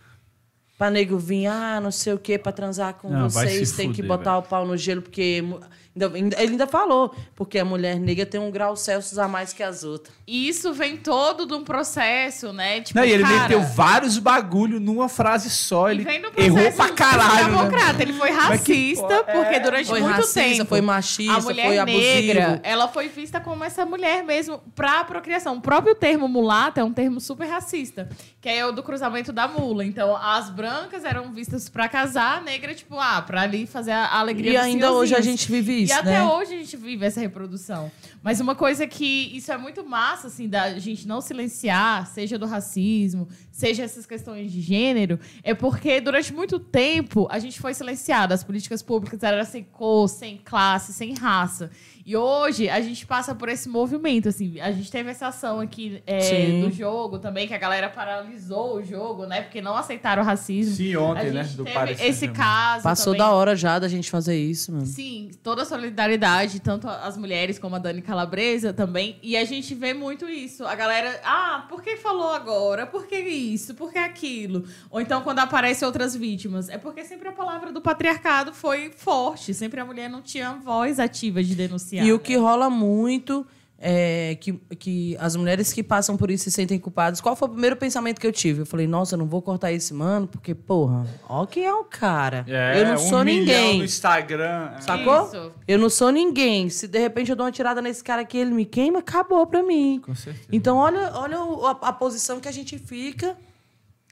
A: Pra nego vir, ah, não sei o quê, pra transar com
C: Não, vai
A: vocês,
C: se
A: tem que
C: fuder,
A: botar o pau no gelo, porque. mu- ainda- ainda- Ele ainda falou, porque a mulher negra tem um grau Celsius a mais que as outras.
B: E isso vem todo de um processo, né? Tipo,
C: Não, e ele
B: cara,
C: meteu vários bagulho numa frase só. Ele
B: vem do processo
C: errou pra caralho. né?
B: Democrata. Ele foi
C: Mas que
B: racista,
C: porra,
B: porque
C: é.
B: durante
A: Foi
B: muito
A: racista,
B: tempo.
A: foi machista,
B: a mulher
A: foi abusivo.
B: negra, é ela foi vista como essa mulher mesmo pra procriação. O próprio termo mulata é um termo super racista, que é o do cruzamento da mula. Então, as brancas eram vistas pra casar, a negra, tipo, ah, pra ali fazer a alegria
A: E
B: dos
A: ainda hoje a
B: senhorzinhos.
A: gente vive isso,
B: E até
A: né?
B: hoje a gente vive essa reprodução. Mas uma coisa que isso é muito massa, assim, da gente não silenciar, seja do racismo, seja essas questões de gênero, é porque durante muito tempo a gente foi silenciado. As políticas públicas eram sem cor, sem classe, sem raça. E hoje a gente passa por esse movimento, assim. A gente teve essa ação aqui é,
A: Sim.
B: do jogo também, que a galera paralisou o jogo, né? Porque não aceitaram o racismo.
C: Sim,
B: a
C: ontem,
B: gente
C: né? Do
B: teve
C: Paris
B: esse
C: Saint-Germain.
B: caso
A: Passou
B: também.
A: da hora já da gente fazer isso, mano.
B: Sim, toda a solidariedade, tanto as mulheres como a Dani Calabresa também. E a gente vê muito isso. A galera, ah, por que falou agora? Por que isso? Por que aquilo? Ou então quando aparecem outras vítimas. É porque sempre a palavra do patriarcado foi forte. Sempre a mulher não tinha voz ativa de denunciar.
A: E o que rola muito é que, que as mulheres que passam por isso se sentem culpadas. Qual foi o primeiro pensamento que eu tive? Eu falei, nossa, eu não vou cortar esse mano, porque, porra, ó quem é o cara.
C: É,
A: eu não
C: um
A: sou
C: milhão
A: ninguém.
C: no Instagram. é.
A: Sacou?
B: Isso.
A: Eu não sou ninguém. Se de repente eu dou uma tirada nesse cara aqui, ele me queima, acabou pra mim.
C: Com certeza.
A: Então, olha, olha o- a, a posição que a gente fica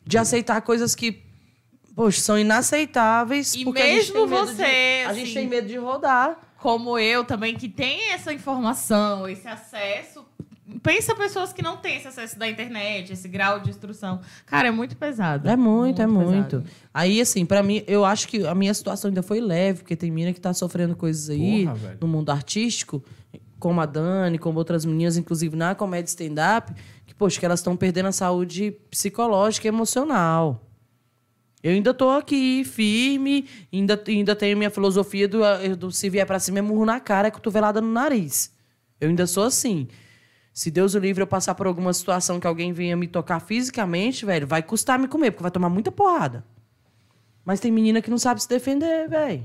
A: de aceitar coisas que, poxa, são inaceitáveis.
B: E
A: porque a gente
B: mesmo
A: tem medo de-
B: você,
A: a gente
B: assim,
A: tem medo de rodar.
B: como eu também, que tem essa informação, esse acesso. Pensa pessoas que não têm esse acesso da internet, esse grau de instrução. Cara, é muito pesado.
A: É muito, é muito.
B: pesado.
A: Aí, assim, pra mim, eu acho que a minha situação ainda foi leve, porque tem mina que tá sofrendo coisas aí
C: Porra, velho.
A: no mundo artístico, como a Dani, como outras meninas, inclusive na comédia stand-up, que, poxa, que elas estão perdendo a saúde psicológica e emocional. Eu ainda tô aqui, firme, ainda, ainda tenho minha filosofia do, eh, do se vier pra cima é murro na cara, é cotovelada no nariz. Eu ainda sou assim. Se Deus o livre eu passar por alguma situação que alguém venha me tocar fisicamente, velho, vai custar me comer, porque vai tomar muita porrada. Mas tem menina que não sabe se defender, velho.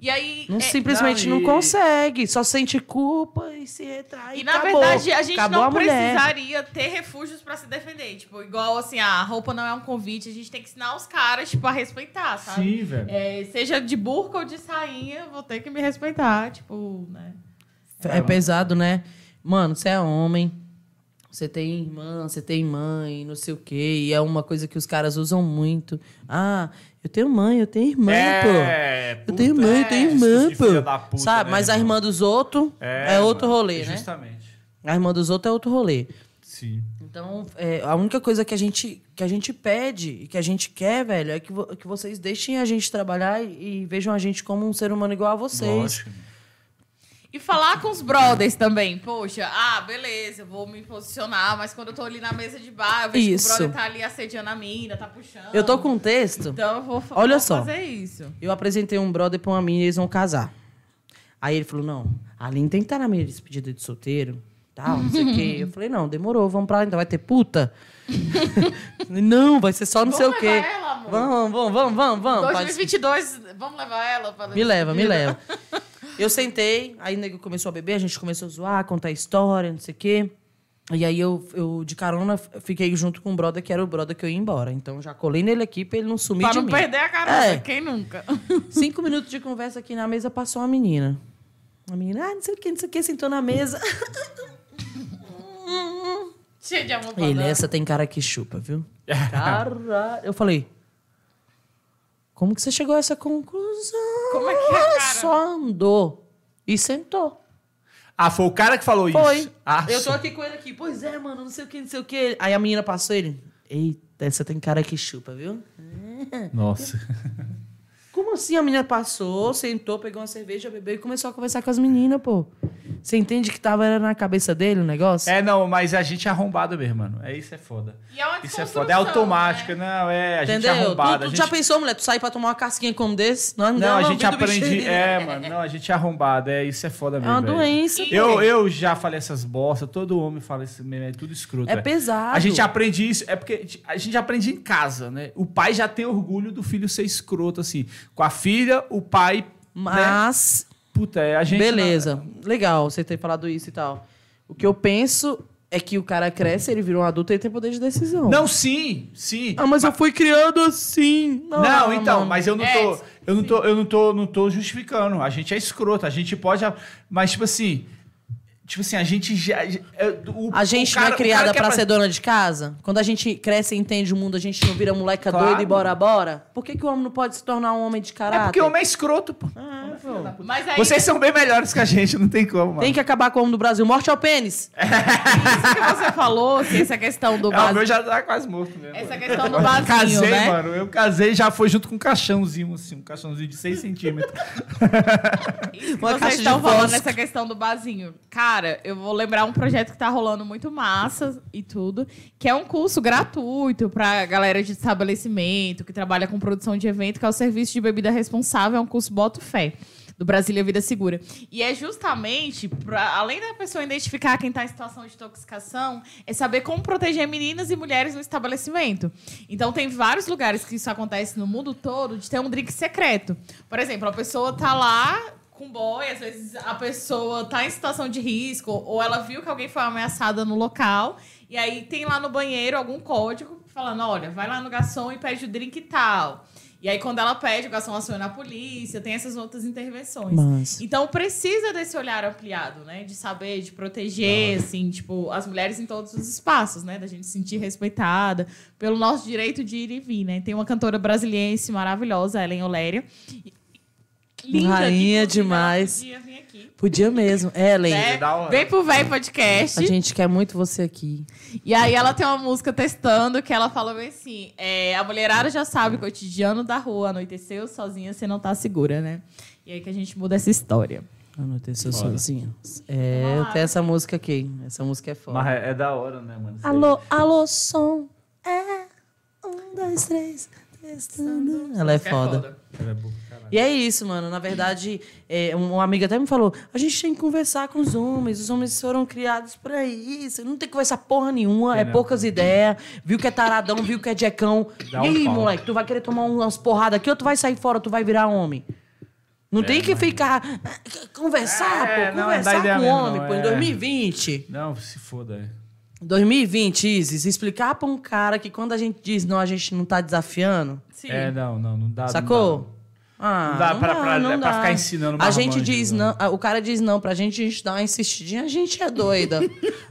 B: E aí.
A: Não,
B: é-
A: simplesmente
C: não,
A: não,
C: e-
A: consegue, só sente culpa e se retrai.
B: E na
A: acabou.
B: verdade, a gente
A: Acabou
B: não
A: a mulher.
B: precisaria ter refúgios pra se defender. Tipo, igual assim, a roupa não é um convite, a gente tem que ensinar os caras, tipo, a respeitar, sabe?
C: Sim, velho.
B: É, seja de burca ou de sainha, vou ter que me respeitar, tipo, né?
A: É pesado, né? Mano, você é homem, você tem irmã, você tem mãe, não sei o quê. E é uma coisa que os caras usam muito. Ah, eu tenho mãe, eu tenho irmã, pô. Eu tenho
C: É, puta,
A: mãe,
C: é,
A: eu tenho irmã,
C: isso de filha da
A: pô.
C: puta,
A: Sabe?
C: né,
A: Mas a
C: irmão?
A: irmã dos outros é, outro
C: mano,
A: rolê, né?
C: Justamente.
A: A irmã dos outros é outro rolê.
C: Sim.
A: Então, é, a única coisa que a gente que a gente pede e que a gente quer, velho, é que, vo- que vocês deixem a gente trabalhar e, e vejam a gente como um ser humano igual a vocês.
C: Lógico. né?
B: E falar com os brothers também. Poxa, ah, beleza, eu vou me posicionar, mas quando eu tô ali na mesa de bar, eu vejo
A: Isso.
B: que o brother tá ali assediando a mina, tá puxando.
A: Eu tô com um texto.
B: Então eu vou, fa-
A: Olha
B: vou
A: só.
B: fazer isso.
A: Eu apresentei um brother pra uma mina e eles vão casar. Aí ele falou: não, a Aline tem que estar na minha despedida de solteiro. Tal, não sei o quê. Eu falei, não, demorou, vamos pra lá, então vai ter puta. não, vai ser só não sei
B: Vamos
A: o quê.
B: levar ela, amor.
A: Vamos, vamos, vamos, vamos, vamos. Pode-
B: 2022, vamos levar ela para
A: Me leva, me leva. Eu sentei, aí o nego começou a beber, a gente começou a zoar, contar história, não sei o quê. E aí eu, eu, de carona, f- fiquei junto com o brother, que era o brother que eu ia embora. Então já colei nele aqui pra ele não sumir
B: Pra
A: de
B: não
A: mim.
B: perder a carona,
A: É.
B: quem nunca?
A: Cinco minutos de conversa aqui na mesa, passou uma menina. Uma menina, ah, não sei o que, não sei o que, sentou na mesa.
B: Cheio de amor pra
A: Ele, é
B: dar.
A: essa tem cara que chupa, viu? Caralho. Eu falei, como que você chegou a essa conclusão?
B: Como é que é,
A: Ela
B: cara?
A: só andou e sentou.
C: Ah, foi o cara que falou
A: Foi.
C: isso? Ah,
A: eu tô
C: só-
A: aqui com ele aqui. Pois é, mano, não sei o que, não sei o que. Aí a menina passou ele. Eita, essa tem cara que chupa, viu?
C: Nossa.
A: Como assim a menina passou, sentou, pegou uma cerveja, bebeu e começou a conversar com as meninas, pô? Você entende que tava era na cabeça dele o negócio?
C: É, não, mas a gente é arrombado mesmo, mano. É isso, é foda.
B: E é uma
C: Isso é
B: desconstrução,
C: foda. É automático,
B: né?
C: não, é. A gente é
A: Entendeu?
C: arrombado.
A: tu
C: a
A: tu
C: gente...
A: já pensou, mulher, tu sair pra tomar uma casquinha como desse? Nós
C: Não, a
A: dá um
C: gente
A: ouvido do
C: aprende.
A: bichinho.
C: É, mano, não, a gente é arrombado. É, isso é foda
A: É
C: mesmo.
A: uma
C: velho.
A: doença.
C: Eu, né? eu já falei essas bostas, todo homem fala isso mesmo, é tudo escroto.
A: É
C: velho.
A: pesado.
C: A gente aprende isso, é porque a gente aprende em casa, né? O pai já tem orgulho do filho ser escroto, assim. Com a filha, o pai. Né?
A: Mas
C: Puta, é, a gente. é.
A: Beleza, legal você ter falado isso e tal. O que eu penso é que o cara cresce, ele vira um adulto e tem poder de decisão.
C: Não, sim, sim.
A: Ah, mas eu fui criando assim.
C: Não, então,
A: mano.
C: mas eu não
B: É,
C: tô, eu não tô, eu não tô, não tô justificando. A gente é escroto, a gente pode, mas tipo assim, Tipo assim, a gente já. é, o-
A: A
C: o
A: gente
C: cara-
A: não
C: o
A: é
C: cara
A: criada
C: quer
A: pra
C: fazer-
A: ser dona de casa? Quando a gente cresce e entende o mundo, a gente não vira moleca
C: Claro.
A: doida e bora, bora? Por que, que o homem não pode se tornar um homem de
C: É
A: caráter?
C: porque o homem é escroto, pô.
B: Mas é aí,
C: Vocês são bem melhores que a gente, não tem como, mano.
A: Tem que acabar com o homem do Brasil. Morte ao pênis!
B: isso que você falou, que essa questão do
C: É, o
B: base...
C: meu já tá quase morto mesmo.
B: Essa
C: mano.
B: questão do
C: Eu
B: vasinho,
C: casei,
B: né?
C: mano. Eu casei já foi junto com um caixãozinho, assim, um caixãozinho de 6 centímetros.
B: Isso que
A: Uma
B: vocês
A: caixa de
B: estão falando
A: fósforo.
B: essa questão do barzinho. Cara, eu vou lembrar um projeto que tá rolando muito massa e tudo, que é um curso gratuito pra galera de estabelecimento, que trabalha com produção de evento, que é o serviço de bebida responsável, é um curso Boto Fé. Do Brasília Vida Segura. E é justamente, pra, além da pessoa identificar quem está em situação de intoxicação, é saber como proteger meninas e mulheres no estabelecimento. Então, tem vários lugares que isso acontece no mundo todo, de ter um drink secreto. Por exemplo, a pessoa tá lá com boy, às vezes a pessoa tá em situação de risco, ou ela viu que alguém foi ameaçada no local, e aí tem lá no banheiro algum código falando: olha, vai lá no garçom e pede o drink tal. E aí, quando ela pede, o garçom aciona a polícia, tem essas outras intervenções.
A: Mas...
B: Então precisa desse olhar ampliado, né? De saber, de proteger, assim, tipo, as mulheres em todos os espaços, né? Da gente se sentir respeitada pelo nosso direito de ir e vir, né? Tem uma cantora brasiliense maravilhosa, Ellen Oléria. E- Linda, que,
A: Rainha
B: inclusive,
A: demais.
B: ela podia vir aqui,
A: Podia mesmo. Ellen,
B: né?
C: da hora.
B: Vem pro Véi
A: a
B: Podcast.
A: gente quer muito você aqui.
B: E aí ela tem uma música testando que ela fala bem assim: é, a mulherada já sabe, o cotidiano da rua, anoiteceu sozinha, você não tá segura, né? E aí que a gente muda essa história.
A: Ah, Anoiteceu sozinha. É, até essa música aqui. Essa música é foda.
C: Mas é, é da hora, né, mano? Isso aí.
A: Alô, alô, som. É. Um, dois, três. Testando. Ela é
B: Isso que
A: foda.
C: Ela é boa pra caralho.
A: E é isso, mano. Na verdade, é, um- uma amiga até me falou: a gente tem que conversar com os homens. Os homens foram criados pra isso. Não tem que conversar porra nenhuma. É,
C: não.
A: poucas ideias. Viu que é taradão, viu que é jecão.
C: Dá um
A: e aí,
C: pau.
A: moleque, tu vai querer tomar um- umas porradas aqui ou tu vai sair fora, tu vai virar homem? Não tem que ficar. ah, Conversar,
C: É,
A: pô.
C: não, não dá
A: Conversar
C: ideia
A: com o
C: mesmo,
A: homem,
C: não,
A: pô. Em
C: é.
A: 2020.
C: Não, se foda, é.
A: 2020, Isis, explicar pra um cara que quando a gente diz não, a gente não tá desafiando,
B: Sim.
C: É, não, não, não dá. não dá.
A: sacou? Ah,
C: Não dá pra- pra- pra ficar ensinando
A: A
C: marmanjo,
A: gente diz
C: né?
A: não, ah, o cara diz não pra gente, a gente dá uma insistidinha, a gente é doida.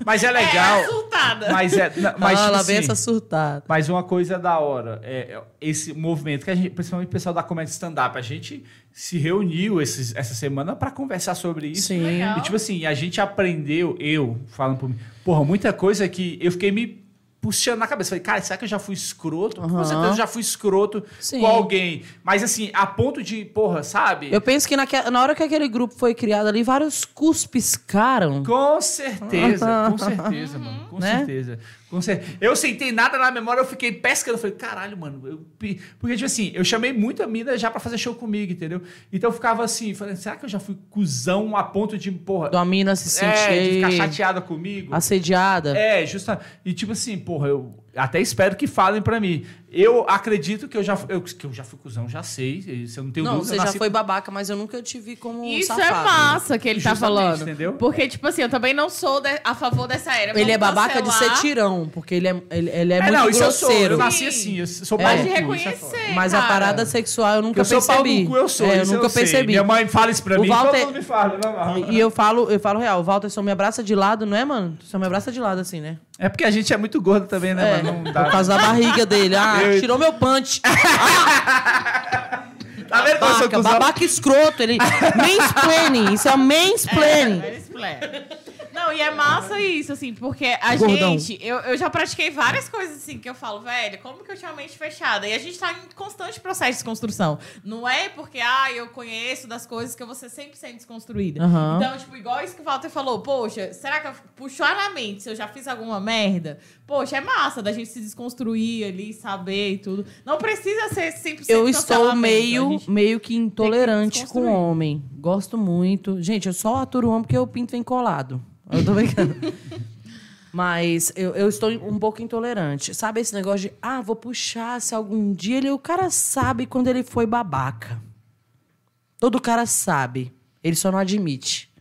C: Mas é legal.
B: surtada.
C: mas é. na- Mas,
A: ah,
C: tipo
A: ela vem
C: assim,
A: essa surtada.
C: Mas uma coisa da hora, é é esse movimento que a gente, principalmente o pessoal da comédia stand-up, a gente se reuniu esses- essa semana pra conversar sobre isso.
A: Sim.
B: Legal.
C: E tipo assim, a gente aprendeu, eu falando por mim, porra, muita coisa que eu fiquei me puxando na cabeça. Falei, cara, será que eu já fui escroto? Com
A: Aham.
C: certeza eu já fui escroto
A: Sim.
C: com alguém. Mas assim, a ponto de, porra, sabe?
A: Eu penso que naque- na hora que aquele grupo foi criado ali, vários cuspes caram.
C: Com certeza, com certeza, mano. Com
A: Né?
C: certeza. Com cer- Eu sentei nada na memória, eu fiquei pescando. Eu falei, caralho, mano. eu pi- Porque, tipo assim, eu chamei muito a mina já pra fazer show comigo, entendeu? Então eu ficava assim, falando, será que eu já fui cuzão a ponto de, porra,
A: Da mina se
C: é, de ficar
A: sentir
C: chateada comigo?
A: assediada.
C: É, justa. E tipo assim, porra, eu até espero que falem pra mim. Eu acredito que eu já, eu, que eu já fui cuzão, já sei. Se eu não tenho
A: Não,
C: dúvida,
A: você
C: eu
A: já
C: nasci-
A: foi babaca, mas eu nunca te vi como um
B: Isso é
A: safado.
B: massa que ele tá
C: Justamente,
B: falando.
C: entendeu?
B: Porque, tipo assim, eu também não sou de- a favor dessa era.
A: Ele
B: Vamos
A: é babaca de ser
B: cancelar,
A: tirão, porque ele é, ele, ele é,
C: É,
A: muito
C: não, isso eu sou. Eu
A: grosseiro.
C: nasci assim, eu sou
B: Mas
C: pau
B: de
C: no cu, isso é foda.
B: reconhecer.
A: Mas a
B: cara.
A: parada sexual eu nunca
C: Eu sou pau
A: percebi.
C: no cu, eu sou.
A: É, eu
C: isso
A: nunca
C: sei.
A: percebi.
C: Minha mãe fala isso pra
A: O
C: mim,
A: Walter-
C: todo mundo me fala. Não, não.
A: E eu falo, eu falo real, o Walter só me abraça de lado, não é, mano? Só me abraça de lado assim, né?
C: É porque a gente é muito gordo também, né?
A: É,
C: mano? Não
A: por causa da barriga dele. Ah,
C: Eu-
A: tirou meu punch.
C: Tá vendo como eu sou
A: Babaca,
C: cuzão?
A: babaca escroto. Ele. Mansplaining, isso é mansplaining.
B: Era splé. Não, e é massa isso, assim, porque a
A: Gordão.
B: gente. Eu, eu já pratiquei várias coisas assim que eu falo, velho, como que eu tinha a mente fechada? E a gente tá em constante processo de desconstrução. Não é porque, ah, eu conheço das coisas que eu vou ser 100% desconstruída.
A: Aham.
B: Então, tipo, igual isso que o Walter falou, poxa, será que eu puxou na mente se eu já fiz alguma merda? Poxa, é massa da gente se desconstruir ali, saber e tudo. Não precisa ser 100%
A: Eu estou
B: cancelamento, a
A: meio,
B: gente-
A: meio que intolerante com
B: desconstruir.
A: o homem. Gosto muito. Gente, eu só aturo o homem porque o pinto vem colado. Eu tô brincando. Mas eu, eu estou um pouco intolerante. Sabe esse negócio de, ah, vou puxar se algum dia ele. O cara sabe quando ele foi babaca. Todo cara sabe. Ele só não admite.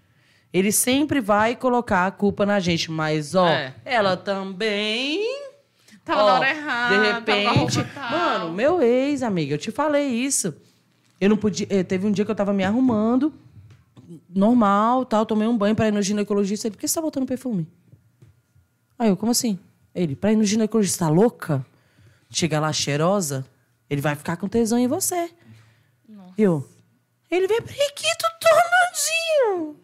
A: Ele sempre vai colocar a culpa na gente, mas ó,
B: É.
A: ela também
B: Tava
A: Ó,
B: na hora errada.
A: De
B: tava com a roupa
A: repente.
B: tal.
A: Mano, meu ex, amiga, eu te falei isso. Eu não podia. eh, Teve um dia que eu tava me arrumando. normal, tal, tomei um banho para ir no ginecologista. Ele, por que você tá botando perfume? Aí eu, como assim? Ele, pra ir no ginecologista, tá louca? Chega lá cheirosa, ele vai ficar com tesão em você. Eu, ele vê periquito tornadinho.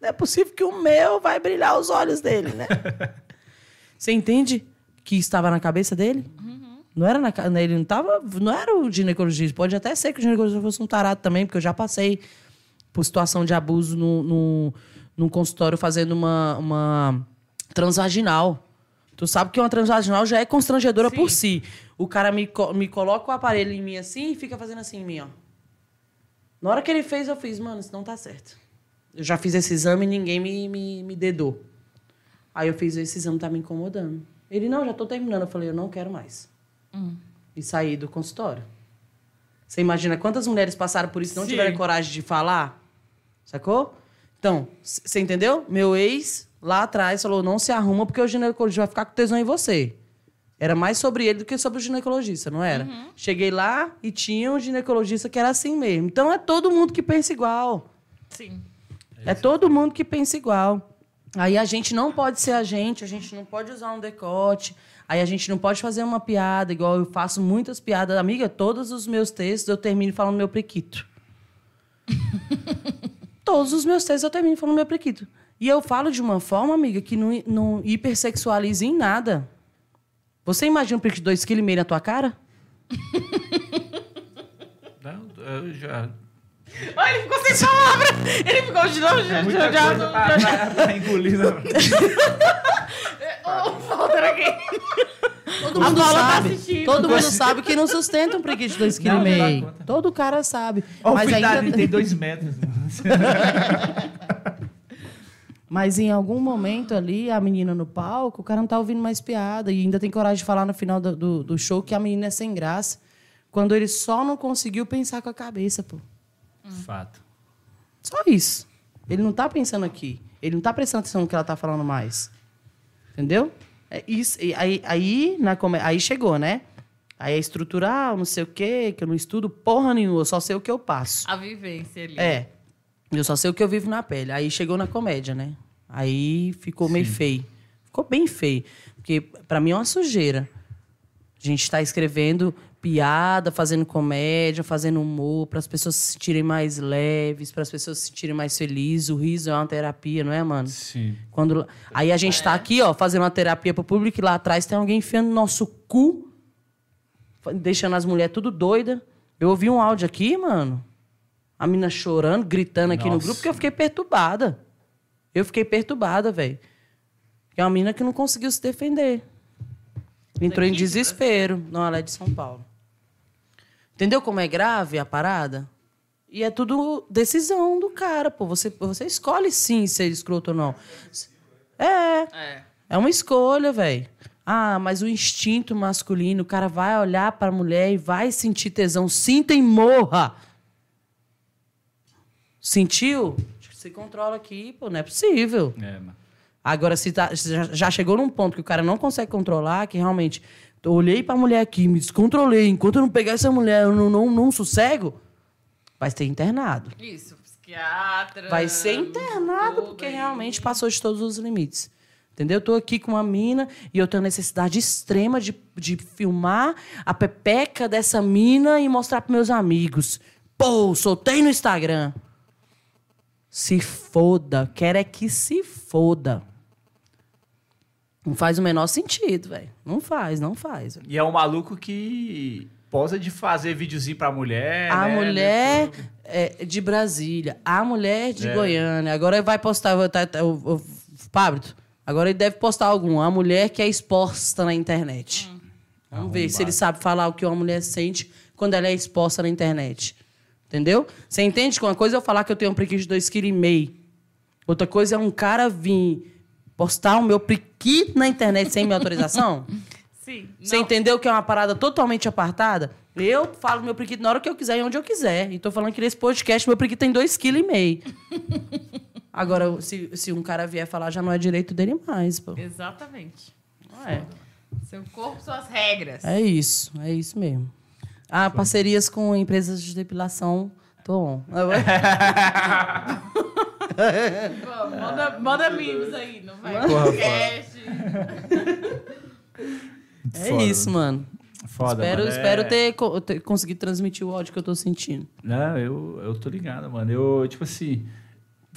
A: Não é possível que o meu vai brilhar os olhos dele, né? Você entende que estava na cabeça dele? Não era na ca- né, ele não tava, não era o ginecologista. Pode até ser que o ginecologista fosse um tarado também, porque eu já passei por situação de abuso no, no, num consultório fazendo uma, uma transvaginal. Tu sabe que uma transvaginal já é constrangedora por si. O cara me, co- me coloca o aparelho em mim assim e fica fazendo assim em mim, ó. Na hora que ele fez, eu fiz, mano, isso não tá certo. Eu já fiz esse exame e ninguém me, me, me dedou. Aí eu fiz, esse exame tá me incomodando. Ele, não, já tô terminando. Eu falei, eu não quero mais. E saí do consultório. Você imagina quantas mulheres passaram por isso e não
B: Sim.
A: tiveram coragem de falar? Sacou? Então, c- você entendeu? Meu ex, lá atrás, falou, não se arruma porque o ginecologista vai ficar com tesão em você. Era mais sobre ele do que sobre o ginecologista, não era? Cheguei lá e tinha um ginecologista que era assim mesmo. Então é todo mundo que pensa igual.
B: Sim.
A: É todo mundo que pensa igual. Aí a gente não pode ser a gente, a gente não pode usar um decote, aí a gente não pode fazer uma piada, igual eu faço muitas piadas. Amiga, todos os meus textos eu termino falando meu prequito. todos os meus textos eu termino falando meu prequito. E eu falo de uma forma, amiga, que não, não hipersexualiza em nada. Você imagina um prequito de 2,5 kg na tua cara?
E: Não, eu já.
B: Olha, ele ficou sem palavra. Ele ficou de novo. Já, já, já,
C: É coisa tá, pra-
B: já,
C: pra- pra engolir, né?
B: Ô,
C: tá?
B: Walter aqui.
A: Todo
B: A
A: mundo
B: Paula tá
A: sabe.
B: assistindo.
A: todo mundo sabe que não sustenta um preguiça de 2,5
C: Não, não dá
A: kg.
C: conta.
A: Todo cara sabe.
C: Ó,
A: mas,
C: cuidado, ele
A: ainda,
C: tem dois metros. né?
A: mas em algum momento ali, a menina no palco, o cara não tá ouvindo mais piada. E ainda tem coragem de falar no final do, do- do show que a menina é sem graça. Quando ele só não conseguiu pensar com a cabeça, pô.
C: Hum.
E: Fato.
A: Só isso. Ele não tá pensando aqui. Ele não tá prestando atenção no que ela tá falando mais. Entendeu? É isso. E aí, aí, na come- aí chegou, né? Aí é estrutural, não sei o quê, que eu não estudo porra nenhuma, eu só sei o que eu passo.
B: A vivência ali.
A: É. Eu só sei o que eu vivo na pele. Aí chegou na comédia, né? Aí ficou meio feio. Ficou bem feio. Porque pra mim é uma sujeira. A gente tá escrevendo piada, fazendo comédia, fazendo humor, para as pessoas se sentirem mais leves, para as pessoas se sentirem mais felizes. O riso é uma terapia, não é, mano?
C: Sim.
A: Quando, aí a gente tá aqui, ó, fazendo uma terapia pro público e lá atrás tem alguém enfiando no nosso cu, fa- deixando as mulheres tudo doida. Eu ouvi um áudio aqui, mano. A menina chorando, gritando aqui no
C: Nossa.
A: grupo, porque eu fiquei perturbada. Eu fiquei perturbada, velho. É uma menina que não conseguiu se defender. Entrou em
B: Daqui de
A: desespero. Não, ela é de São Paulo. Entendeu como é grave a parada? E é tudo decisão do cara, pô. Você, você escolhe sim ser escroto ou não. É,
B: É.
A: é uma escolha, velho. Ah, mas o instinto masculino, o cara vai olhar pra mulher e vai sentir tesão. Sinta e morra! Sentiu? Se controla aqui, pô, não é possível.
C: É, mano.
A: Agora, se, tá- se já, já chegou num ponto que o cara não consegue controlar, que realmente eu olhei pra mulher aqui, me descontrolei, enquanto eu não pegar essa mulher, eu não, não, não sossego, vai ser internado.
B: Isso, psiquiatra.
A: Vai ser internado,
B: tudo
A: porque
B: aí.
A: realmente passou de todos os limites. Entendeu? Eu tô aqui com uma mina e eu tenho a necessidade extrema de, de filmar a pepeca dessa mina e mostrar pros meus amigos. Pô, soltei no Instagram. Se foda. Quero é que se foda. Não faz o menor sentido, velho. Não faz, não faz. velho.
C: E é um maluco que posa de fazer videozinho pra mulher.
A: a
C: né,
A: mulher
C: né, tudo. É.
A: é, de Brasília, a mulher de Goiânia. Agora ele vai postar. eu- Tá, tá, o- o- Pablo, agora ele deve postar algum. A mulher que é exposta na internet. Vamos ver se ele sabe falar o que uma mulher sente quando ela é exposta na internet. Entendeu? Você entende que uma coisa é eu falar que eu tenho um prequito de 2,5 kg. Outra coisa é um cara vir postar o meu prequito na internet sem minha autorização?
B: Sim.
A: Você entendeu que é uma parada totalmente apartada? Eu falo meu priquito na hora que eu quiser e onde eu quiser. E tô falando que nesse podcast meu priquito tem 2,5 kg. Agora, se, se um cara vier falar, já não é direito dele mais, pô.
B: Exatamente.
A: Não é.
B: Seu corpo, suas regras.
A: É isso, é isso mesmo. Ah, parcerias com empresas de depilação Tom.
B: Vamos, manda, manda memes aí, não vai?
C: Porra,
B: Podcast.
A: É
C: Foda.
A: isso, mano.
C: Foda,
A: espero
C: mano.
A: espero
C: É-
A: ter, co- ter conseguido transmitir o ódio que eu tô sentindo.
C: Não, né, eu, eu tô ligado, mano. Eu, tipo assim.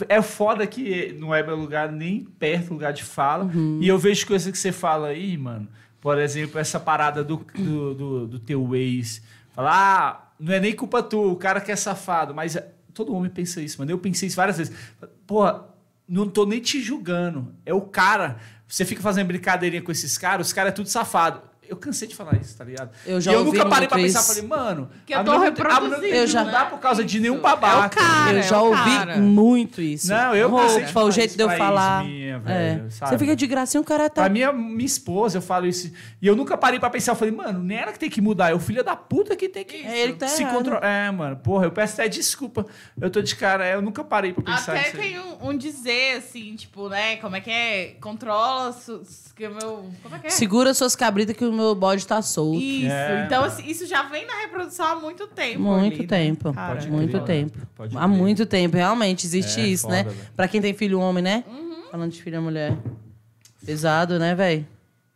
C: É foda que não é meu lugar nem perto do lugar de fala.
A: Uhum.
C: E eu vejo coisas que você fala aí, mano. Por exemplo, essa parada do, do, do, do teu ex. Falar, ah, não é nem culpa tua, o cara que é safado. Mas é, todo homem pensa isso, mano. Eu pensei isso várias vezes. Porra, não tô nem te julgando. É o cara. Você fica fazendo brincadeirinha com esses caras, os caras é tudo safado. Eu cansei de falar isso, tá ligado?
A: Eu já
C: e eu
A: ouvi
C: nunca parei
A: muito
C: pra pensar,
A: isso.
C: falei, mano,
B: Que eu
C: a
B: tô
C: menina- a menina
B: reproduzindo, né?
A: Eu já-
C: não dá por causa de
A: É
C: nenhum
B: Isso.
C: babaca.
B: Cara,
A: eu
B: é
A: já
B: o
A: ouvi
B: cara.
A: muito isso.
C: Não, eu
A: Roupa,
C: cansei de falar
A: o jeito
C: isso
A: de eu
C: pra
A: falar.
C: ex minha,
A: É.
C: velho, sabe?
A: Você fica de graça e o cara tá.
C: Pra minha, minha esposa, eu falo isso. E eu nunca parei pra pensar. Eu falei, mano, não é ela que tem que mudar, é o filho da puta que tem que
A: É ele que tá
C: se
A: errado.
C: controlar. É, mano, porra, eu peço até desculpa. Eu tô de cara, eu nunca parei pra pensar
B: Até
C: nisso. aí.
B: tem um, um dizer, assim, tipo, né? Como é que é? Controla su- su- que o meu... Como é que é?
A: Segura suas cabritas que o meu bode tá solto.
B: Isso.
C: É.
B: Então, assim, isso já vem na reprodução há muito tempo.
A: Muito
B: ali, né?
A: tempo.
B: Cara,
C: Pode
A: muito
C: crer.
A: tempo.
C: Pode
A: Há
C: crer.
A: muito tempo, realmente, existe
C: É,
A: isso, né?
C: foda, velho.
A: Pra quem tem filho homem, né?
B: Uhum.
A: Falando de filho mulher. Pesado, né, velho?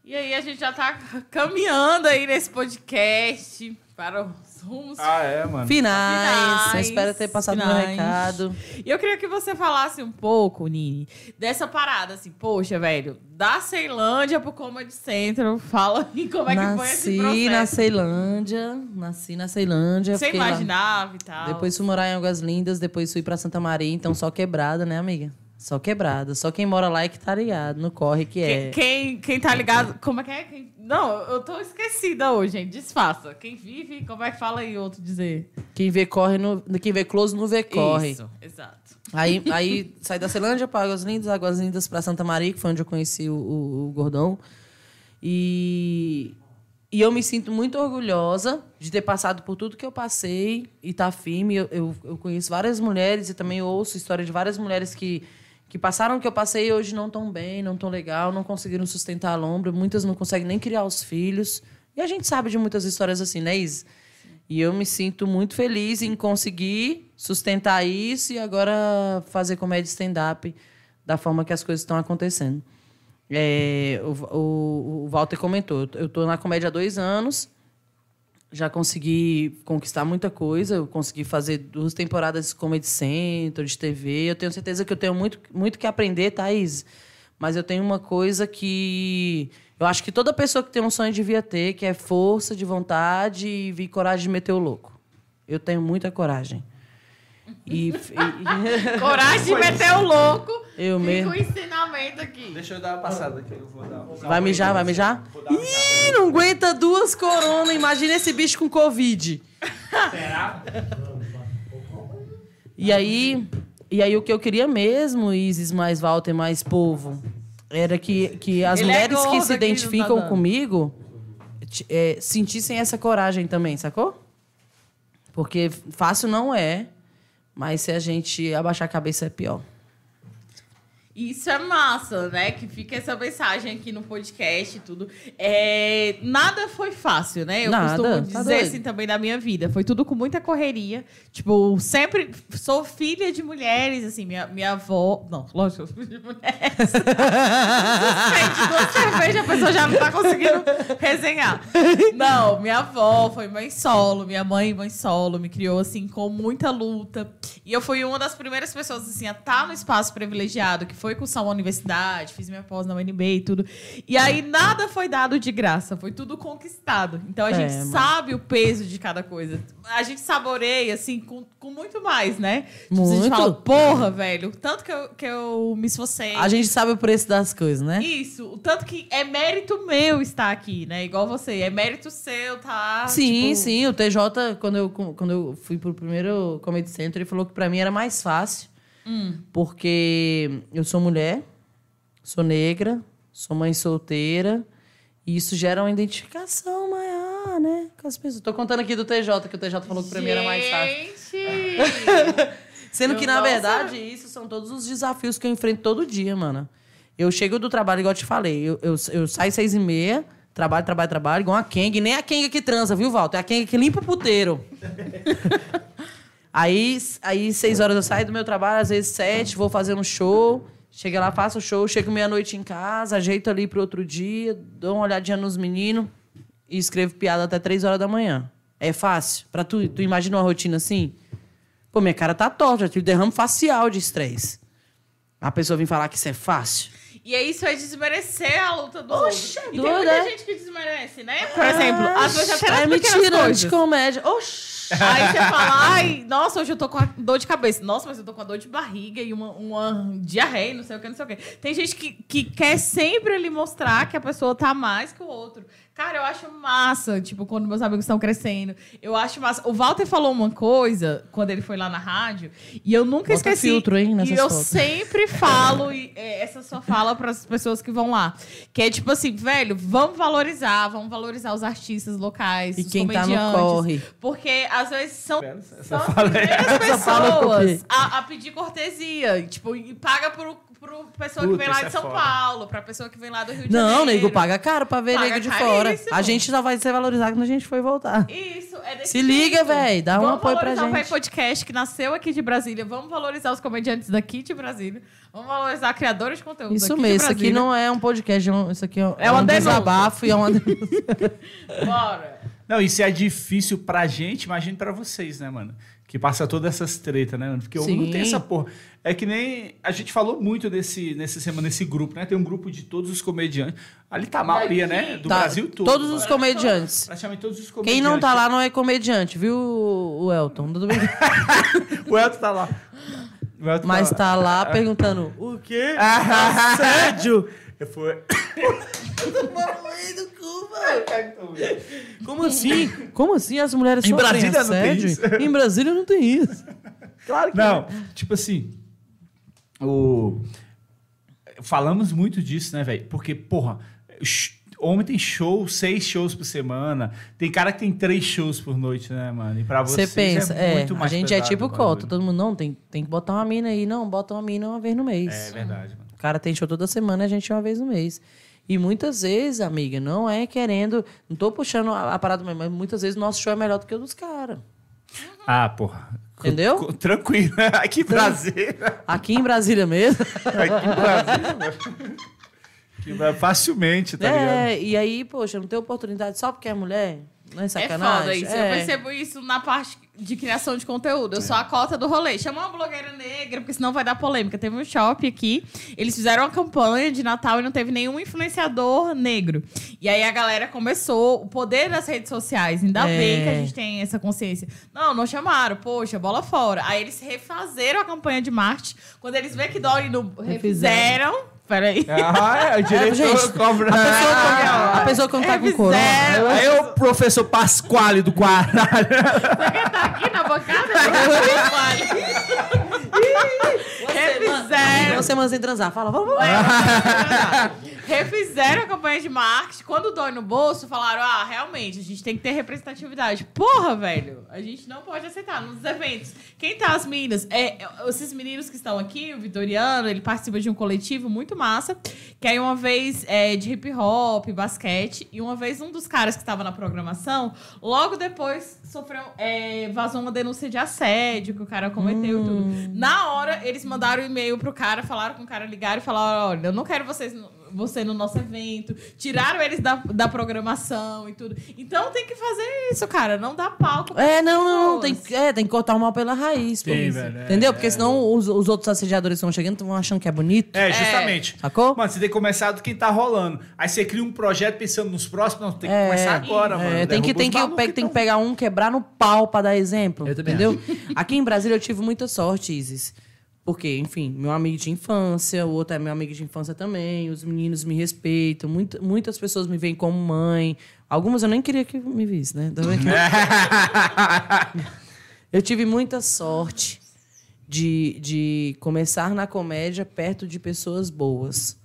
B: E aí a gente já tá caminhando aí nesse podcast para os rumos.
C: Ah, é, mano.
A: Finais.
B: Finais.
A: Espero ter passado meu
B: Finais.
A: recado.
B: E eu queria que você falasse um pouco, Nini, dessa parada, assim, poxa, velho, da Ceilândia pro Comedy Central, fala aí como é que foi esse
A: nasci
B: processo.
A: na Ceilândia. Nasci na Ceilândia.
B: Você
A: fiquei lá.
B: imaginava e tal.
A: Depois fui morar em Águas Lindas, depois fui pra Santa Maria, então só quebrada, né, amiga? Só quebrada. Só quem mora lá é que tá ligado, no corre que é.
B: Quem, quem, quem tá ligado. Como é que é? Quem- Não, eu tô esquecida hoje, gente. Desfaça. Quem vive, como é que fala aí outro dizer?
A: Quem vê corre no. Quem vê close não vê corre.
B: Isso, exato.
A: Aí, aí saí da Ceilândia para Águas Lindas, Águas Lindas para Santa Maria, que foi onde eu conheci o, o- o Gordão. E, e eu me sinto muito orgulhosa de ter passado por tudo que eu passei e tá firme. Eu, eu, eu conheço várias mulheres e também ouço história de várias mulheres que, que passaram o que eu passei e hoje não tão bem, não tão legal, não conseguiram sustentar a lombra. Muitas não conseguem nem criar os filhos. E a gente sabe de muitas histórias assim, né, Isa? E eu me sinto muito feliz em conseguir sustentar isso e agora fazer comédia stand-up da forma que as coisas estão acontecendo. É, o, o- o Walter comentou, eu estou na comédia há dois anos, já consegui conquistar muita coisa, eu consegui fazer duas temporadas de Comedy Central, de TV. Eu tenho certeza que eu tenho muito, muito que aprender, Thaís. Mas eu tenho uma coisa que eu acho que toda pessoa que tem um sonho devia ter, que é força de vontade e vir coragem de meter o louco. Eu tenho muita coragem. E, e-
B: Coragem de meter o louco.
A: Eu
B: Fica
A: mesmo.
B: o ensinamento aqui.
C: Deixa eu dar uma passada aqui, eu vou dar um uma-
A: vai mijar, vai mijar?
C: assim,
A: Ih, não aguenta duas coronas. Imagina esse bicho com Covid. E aí, e aí o que eu queria mesmo, Isis mais Walter mais povo, era que, que as
B: Ele é
A: mulheres
B: gordo
A: que
B: aqui,
A: se
B: não tá
A: identificam
B: dando.
A: comigo t- é, sentissem essa coragem também, sacou? Porque fácil não é, mas se a gente abaixar a cabeça é pior.
B: Isso é massa, né? Que fica essa mensagem aqui no podcast e tudo. É, nada foi fácil, né? Eu
A: Nada,
B: costumo
A: tá
B: dizer
A: doido.
B: assim também da minha vida. Foi tudo com muita correria. Tipo, sempre sou filha de mulheres, assim, minha, minha avó. Não, lógico, eu sou filha de mulheres. Suspeito, duas cervejas, a pessoa já não tá conseguindo resenhar. Não, minha avó foi mãe solo, minha mãe mãe solo, me criou assim com muita luta. E eu fui uma das primeiras pessoas assim a estar no espaço privilegiado, que foi cursar uma universidade, fiz minha pós na UNB e tudo. E aí nada foi dado de graça, foi tudo conquistado. Então a
A: É,
B: gente
A: mano.
B: sabe o peso de cada coisa. A gente saboreia assim com, com muito mais, né? Tipo, A gente
A: Muito.
B: fala, porra, velho, o tanto que eu, que eu me esforcei.
A: A gente sabe o preço das coisas, né?
B: Isso, o tanto que é mérito meu estar aqui, né? Igual você, é mérito seu, tá?
A: Sim,
B: Tipo,
A: sim. O TJ, quando eu, quando eu fui pro primeiro Comedy Center, ele falou que pra mim era mais fácil. Porque eu sou mulher, sou negra, sou mãe solteira. E isso gera uma identificação maior, né? Com as pessoas. Tô contando aqui do TJ, que o TJ falou que pra mim era mais fácil.
B: Gente!
A: Sendo
B: eu
A: que, na
B: não
A: verdade, isso são todos os desafios que eu enfrento todo dia, mana. Eu chego do trabalho, igual eu te falei, eu, eu, eu saio seis e meia, trabalho, trabalho, trabalho, igual a Keng. Nem a Keng que transa, viu, Walter? É a Keng que limpa o puteiro. Aí, aí, seis horas eu saio do meu trabalho, às vezes sete, vou fazer um show. Chego lá, faço o show, chego meia-noite em casa, ajeito ali pro outro dia, dou uma olhadinha nos meninos e escrevo piada até três horas da manhã. É fácil? Pra tu, tu imagina uma rotina assim? Pô, minha cara tá torta, eu tive derrame facial de estresse. A pessoa vem falar que isso é fácil.
B: E é isso, é desmerecer a luta do
A: Oxe,
B: outro. E tem
A: doida,
B: muita
A: é?
B: gente que desmerece, né? Por exemplo, às vezes até nas
A: É
B: pequenas
A: mentira,
B: coisas.
A: de comédia. Oxi!
B: Aí você fala, ai, nossa, hoje eu tô com a dor de cabeça. Nossa, mas eu tô com a dor de barriga e uma, uma diarreia, não sei o que, não sei o que. Tem gente que, que quer sempre ali mostrar que a pessoa tá mais que o outro. Cara, eu acho massa, tipo, quando meus amigos estão crescendo. Eu acho massa. O Walter falou uma coisa quando ele foi lá na rádio e eu nunca
A: Bota
B: esqueci.
A: filtro, hein,
B: e
A: nessas
B: eu
A: fotos.
B: sempre falo e, é, essa sua fala para as pessoas que vão lá. Que é tipo assim, velho, vamos valorizar, vamos valorizar os artistas locais,
A: E
B: os
A: quem tá
B: comediantes.
A: no corre.
B: Porque às vezes são
C: Essa
B: são as
C: fala é.
B: primeiras
A: fala eu copiei.
B: pessoas a, a pedir cortesia. e, Tipo, e paga pro, pro pessoa que
C: Puta,
B: vem lá
C: isso
B: de
C: é
B: São
C: foda.
B: Paulo, pra pessoa que vem lá do Rio de Janeiro.
A: Não, nego, paga caro pra ver
B: Paga
A: nego de fora.
B: caríssimo.
A: A gente só vai ser valorizado quando a gente for voltar.
B: Isso, é desse
A: Se liga,
B: jeito.
A: véi, dá um
B: Vamos
A: apoio pra
B: valorizar o
A: gente.
B: Pai Podcast que nasceu aqui de Brasília. Vamos valorizar os comediantes daqui de Brasília. Vamos valorizar criadores de conteúdo
A: Isso
B: daqui
A: mesmo,
B: de
A: isso aqui
B: Brasília.
A: não é um podcast, é um- isso aqui é um,
B: né? É uma
A: um
B: denúncia.
A: desabafo e é uma denúncia.
B: Bora.
C: Não, e se é difícil pra gente, imagine pra vocês, né, mano? Que passa todas essas tretas, né, mano? Porque eu não
A: Sim.
C: tem essa porra. É que nem. A gente falou muito desse, nessa semana, nesse grupo, né? Tem um grupo de todos os comediantes. Ali tá a maioria, né? Do
A: Tá,
C: Brasil todo.
A: Todos os
C: mano.
A: comediantes.
C: Praticamente todos os comediantes.
A: Quem não tá lá não é comediante, viu, o Elton? Tudo bem?
C: O Elton tá lá. O Elton
A: Mas
C: lá.
A: tá lá perguntando, o quê?
C: Assédio! Eu fui.
A: Como assim? Como assim as mulheres
C: Em
A: sofrem
C: Brasília não tem
A: assédio?
C: isso.
A: Em Brasília não tem isso. Claro que é.
C: Não, tipo assim. O... Falamos muito disso, né, velho? Porque, porra, sh- homem tem show, seis shows por semana. Tem cara que tem três shows por noite, né, mano? E pra
A: Você
C: vocês
A: pensa, é,
C: muito
A: a
C: mais
A: gente é
C: pesado
A: tipo
C: o
A: cota,
C: bagulho.
A: todo mundo, não, tem, tem que botar uma mina aí, não, bota uma mina uma vez no mês.
C: É verdade, mano.
A: O cara tem show toda semana, a gente uma vez no mês. E muitas vezes, amiga, não é querendo, não tô puxando a, a parada mesmo, mas muitas vezes nosso show é melhor do que o dos caras.
C: Ah, porra.
A: Entendeu?
C: Co- Tranquilo. né? que prazer.
A: Aqui em Brasília mesmo.
C: Ai, que prazer, mano. Que vai facilmente, tá ligado?
A: é, e aí, poxa, não tem oportunidade só porque é mulher? Não é
B: É foda
A: sacanagem?
B: isso. Eu percebo isso na parte de criação de conteúdo. Eu sou a cota do rolê. Chama uma blogueira negra, porque senão vai dar polêmica. Teve um shopping aqui, eles fizeram uma campanha de Natal e não teve nenhum influenciador negro. E aí a galera começou o poder das redes sociais. Ainda
A: É.
B: bem que a gente tem essa consciência. Não, não chamaram. Poxa, bola fora. Aí eles refazeram a campanha de Marte. Quando eles vê que Dolly não refizeram. Peraí.
C: Ah, é, o diretor
A: gente,
C: cobra.
A: A pessoa,
B: é
A: quando- a pessoa quando tá com corona.
B: Refizeram.
C: Aí o professor Pasquale do Guará.
B: Quem tá aqui na bancada? Refizeram.
A: Uma semana sem transar. Fala, vamos, vamos.
B: Refizeram a campanha de marketing. Quando dói no bolso, falaram: ah, realmente, a gente tem que ter representatividade. Porra, velho, a gente não pode aceitar nos eventos. Quem tá as meninas? É, esses meninos que estão aqui, o Vitoriano, ele participa de um coletivo muito massa, que aí uma vez é de hip hop, basquete, e uma vez um dos caras que estava na programação, logo depois sofreu, é, vazou uma denúncia de assédio que o cara cometeu e
A: Hum.
B: tudo. Na hora, eles mandaram um e-mail pro cara, falaram com o cara, ligaram e falaram: olha, eu não quero vocês. no- você no nosso evento, tiraram eles da, da programação e tudo. Então tem que fazer isso, cara. Não dá palco. pra
A: É, não, não, não. Tem,
B: pessoas.
A: que- é, tem que cortar o mal pela raiz, pô.
C: Sim, velho, é,
A: Entendeu? Porque senão os, os outros assediadores que estão chegando vão achando que é bonito.
C: É, justamente.
A: Sacou?
C: Mano, você tem que começar do que tá rolando. Aí você cria um projeto pensando nos próximos. Não, tem que começar agora,
A: É,
C: mano.
A: tem que,
C: Derruba
A: tem,
C: os
A: que,
C: malucos,
A: pe- tem que
C: então.
A: pegar um, quebrar no pau pra dar exemplo.
E: Eu também
A: entendeu? Aqui em Brasília eu tive muita sorte, Isis. Porque, enfim, meu amigo de infância, o outro é meu amigo de infância também, os meninos me respeitam, muito- muitas pessoas me veem como mãe. Algumas eu nem queria que me visse, né? Também. Eu tive muita sorte de, de começar na comédia perto de pessoas boas.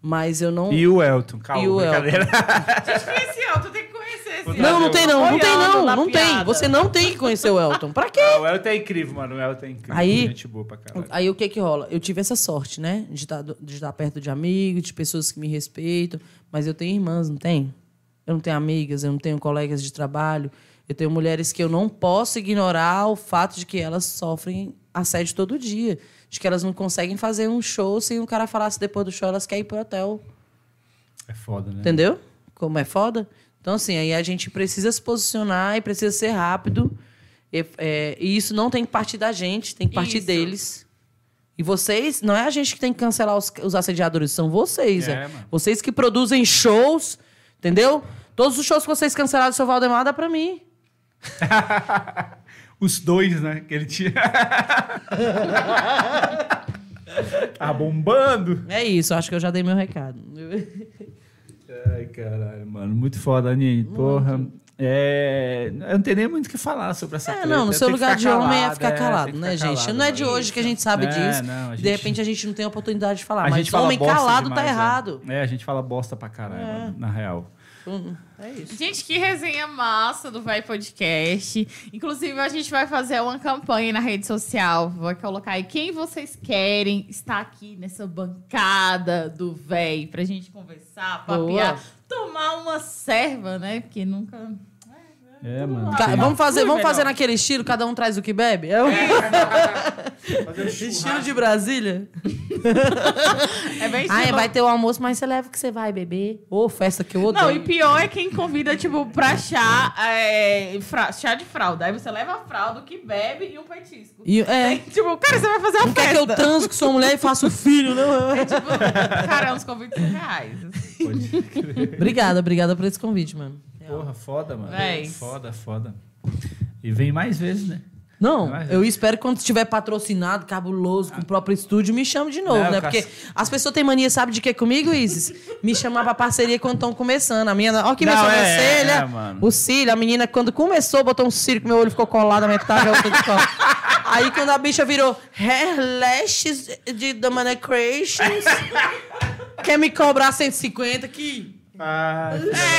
A: Mas eu não.
C: E o Elton, calma,
A: um- E o
C: brincadeira.
B: Especial, tu tem que conhecer esse.
A: Não, não tem não, não tem
B: Olhando
A: não,
B: na
A: não tem.
B: piada.
A: Você não tem que conhecer o Elton. Pra quê?
C: o Elton é incrível, mano. O Elton é incrível.
A: Aí-
C: Gente boa pra caralho.
A: Aí o que que rola? Eu tive essa sorte, né? De estar, do- de estar perto de amigos, de pessoas que me respeitam. Mas eu tenho irmãs, não tem? Eu não tenho amigas, eu não tenho colegas de trabalho. Eu tenho mulheres que eu não posso ignorar o fato de que elas sofrem assédio todo dia. De que elas não conseguem fazer um show sem o cara falar se depois do show elas querem ir pro hotel.
C: É foda, né?
A: Entendeu? Como é foda? Então, assim, aí a gente precisa se posicionar e precisa ser rápido. E, é, e isso não tem que partir da gente, tem que partir
B: Isso.
A: deles. E vocês, não é a gente que tem que cancelar os, os assediadores, são vocês.
C: É,
A: É,
C: mano.
A: Vocês que produzem shows, entendeu? Todos os shows que vocês cancelaram do seu Valdemar dá pra mim.
C: Os dois, né? Que ele tinha. tá bombando.
A: É isso, acho que eu já dei meu recado.
C: Ai, caralho, mano. Muito foda, Aninha. Porra. É, eu não tenho nem muito o que falar sobre essa
A: É,
C: treta.
A: não, no
C: Eu
A: seu
C: tenho Tá
A: lugar
C: que
A: de
C: ficar
A: homem é
C: calado,
A: ficar
C: é,
A: calado,
C: tem que
A: né,
C: ficar
A: gente?
C: calado,
A: não é
C: mano.
A: de hoje que a gente sabe
C: É,
A: disso.
C: não, a
A: De
C: gente-
A: repente a gente não tem a oportunidade de falar,
C: A
A: mas
C: gente fala
A: homem
C: bosta
A: calado tá
C: demais, é.
A: errado. É.
C: É. a gente fala bosta pra caralho, mano, na real.
A: Hum, É isso.
B: Gente, que resenha massa do Vai Podcast. Inclusive, a gente vai fazer uma campanha na rede social. Vou colocar aí quem vocês querem estar aqui nessa bancada do Véi pra gente conversar, papear,
A: Boa.
B: tomar uma serva, né? Porque nunca.
C: É, mano.
A: Ca-
C: tem-
A: Tá, vamos fazer,
B: Fui
A: vamos fazer
B: melhor.
A: naquele estilo, cada um traz o que bebe? É um estilo de Brasília?
B: É bem
A: Ah,
B: estilo-
A: vai ter o almoço, mas você leva o que você vai beber. Ô, festa que eu odeio.
B: Não, e pior é quem convida, tipo, pra chá, é, fra- chá de fralda. Aí você leva a fralda, o que bebe e um petisco.
A: E- é,
B: Tipo, cara, você vai fazer a
A: não quer que
B: festa.
A: eu transo que sou mulher e faço filho, né? não.
B: É tipo, cara, uns convites assim. reais.
A: Obrigada, obrigada por esse convite, mano.
C: Porra, foda, mano.
A: É
B: Véi.
C: Foda, foda. E vem mais vezes, né?
A: Não,
C: Mas-
A: eu espero que quando estiver patrocinado, cabuloso, com o próprio estúdio, me chame de novo,
C: Não,
A: né?
C: cara.
A: Porque as pessoas têm mania, sabe de que comigo, Isis? Me chamar pra parceria quando estão começando. A minha, ó que minha
C: Não, é,
A: sobrancelha,
C: é, é, mano.
A: o cílio, a menina quando começou, botou um cílio que meu olho ficou colado a tá metade, a outra ficou... Aí quando a bicha virou hair lashes de Domana Creations, quer me cobrar 150 aqui?
C: Ah,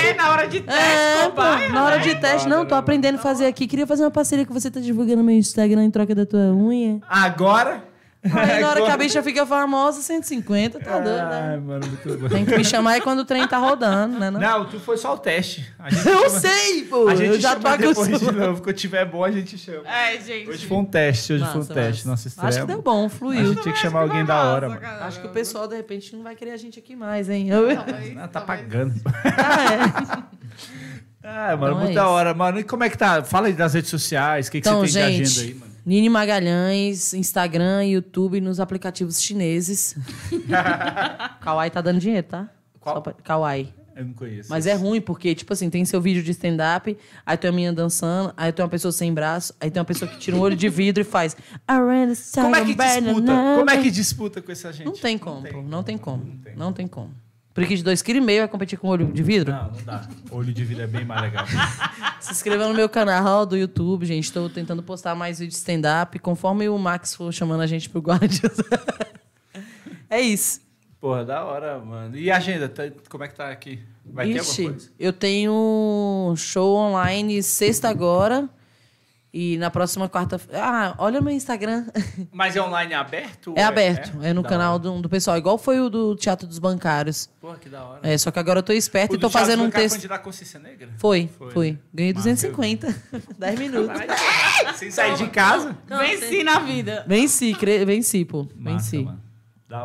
B: É, na hora de teste,
A: É, pô,
B: cobaia,
A: na hora
B: né?
A: de teste, não, tô aprendendo
C: tá
A: a fazer aqui. Queria fazer uma parceria que você tá divulgando no meu Instagram em troca da tua unha.
C: agora.
A: Aí na hora que a bicha fica famosa, 150, tá doido, né?
C: Ai, mano, muito bom.
A: Tem que me chamar aí quando o trem tá rodando, né? Não?
C: Não, tu foi só o teste. A gente
A: Eu
C: chama-
A: sei, pô!
C: A gente
A: eu já tô
C: chama depois de
A: acostumado.
C: novo. Quando tiver bom, a gente chama.
B: É, gente.
C: Hoje foi um teste, hoje foi um
A: Massa,
C: teste.
A: massa.
C: Nossa estreia.
A: Acho que deu um bom,
C: A
A: fluiu.
C: gente tinha que chamar alguém da hora, mano.
A: Acho que o pessoal, de repente, não vai querer a gente aqui mais, hein? Eu-
C: Ah, tá pagando.
A: Ah, é.
C: Ah, mano,
A: Então é
C: muito
A: isso.
C: da hora, mano. E como é que tá? Fala aí das redes sociais, o que, que
A: Então,
C: você tem
A: gente,
C: de agenda aí, mano?
A: Nini Magalhães, Instagram, YouTube, nos aplicativos chineses. Kawaii tá dando dinheiro, tá?
C: Qual?
A: Só pra- Kawaii.
C: Eu não conheço.
A: Mas é ruim, porque, tipo assim, tem seu vídeo de stand-up, aí tem a menina dançando, aí tem uma pessoa sem braço, aí tem uma pessoa que tira um olho de vidro e faz.
C: Como
A: Como
C: é que disputa? Como é que disputa com essa gente?
A: um né? Não tem como,
C: tem.
A: pô, não tem como. Não tem como. Porque de 2,5 kg vai competir com olho de vidro?
C: Não, não dá. Olho de vida é bem mais legal.
A: Se inscreva no meu canal do YouTube, gente. Estou tentando postar mais vídeos de stand-up, conforme o Max for chamando a gente pro Guardians. é isso.
C: Porra, da hora, mano. E a agenda? Tá- como é que tá aqui? Vai ter
A: Ixi,
C: alguma coisa?
A: eu tenho um show online sexta agora. E na próxima quarta-feira. Ah, olha o meu Instagram.
C: Mas é online aberto?
A: É aberto. É no
C: Da
A: canal
C: hora.
A: do, do pessoal. Igual foi o do Teatro dos Bancários.
C: Porra, que da hora.
A: É, só que agora eu tô esperto
C: O
A: e tô
C: do Thiago
A: fazendo um
C: Franca,
A: texto.
C: Conde da Consciência Negra?
A: Foi,
C: Foi,
A: foi.
C: né?
A: Ganhei 250. 10 minutos.
C: Sem sair de casa?
B: Venci na vida.
A: Venci, cre... venci, pô. Venci.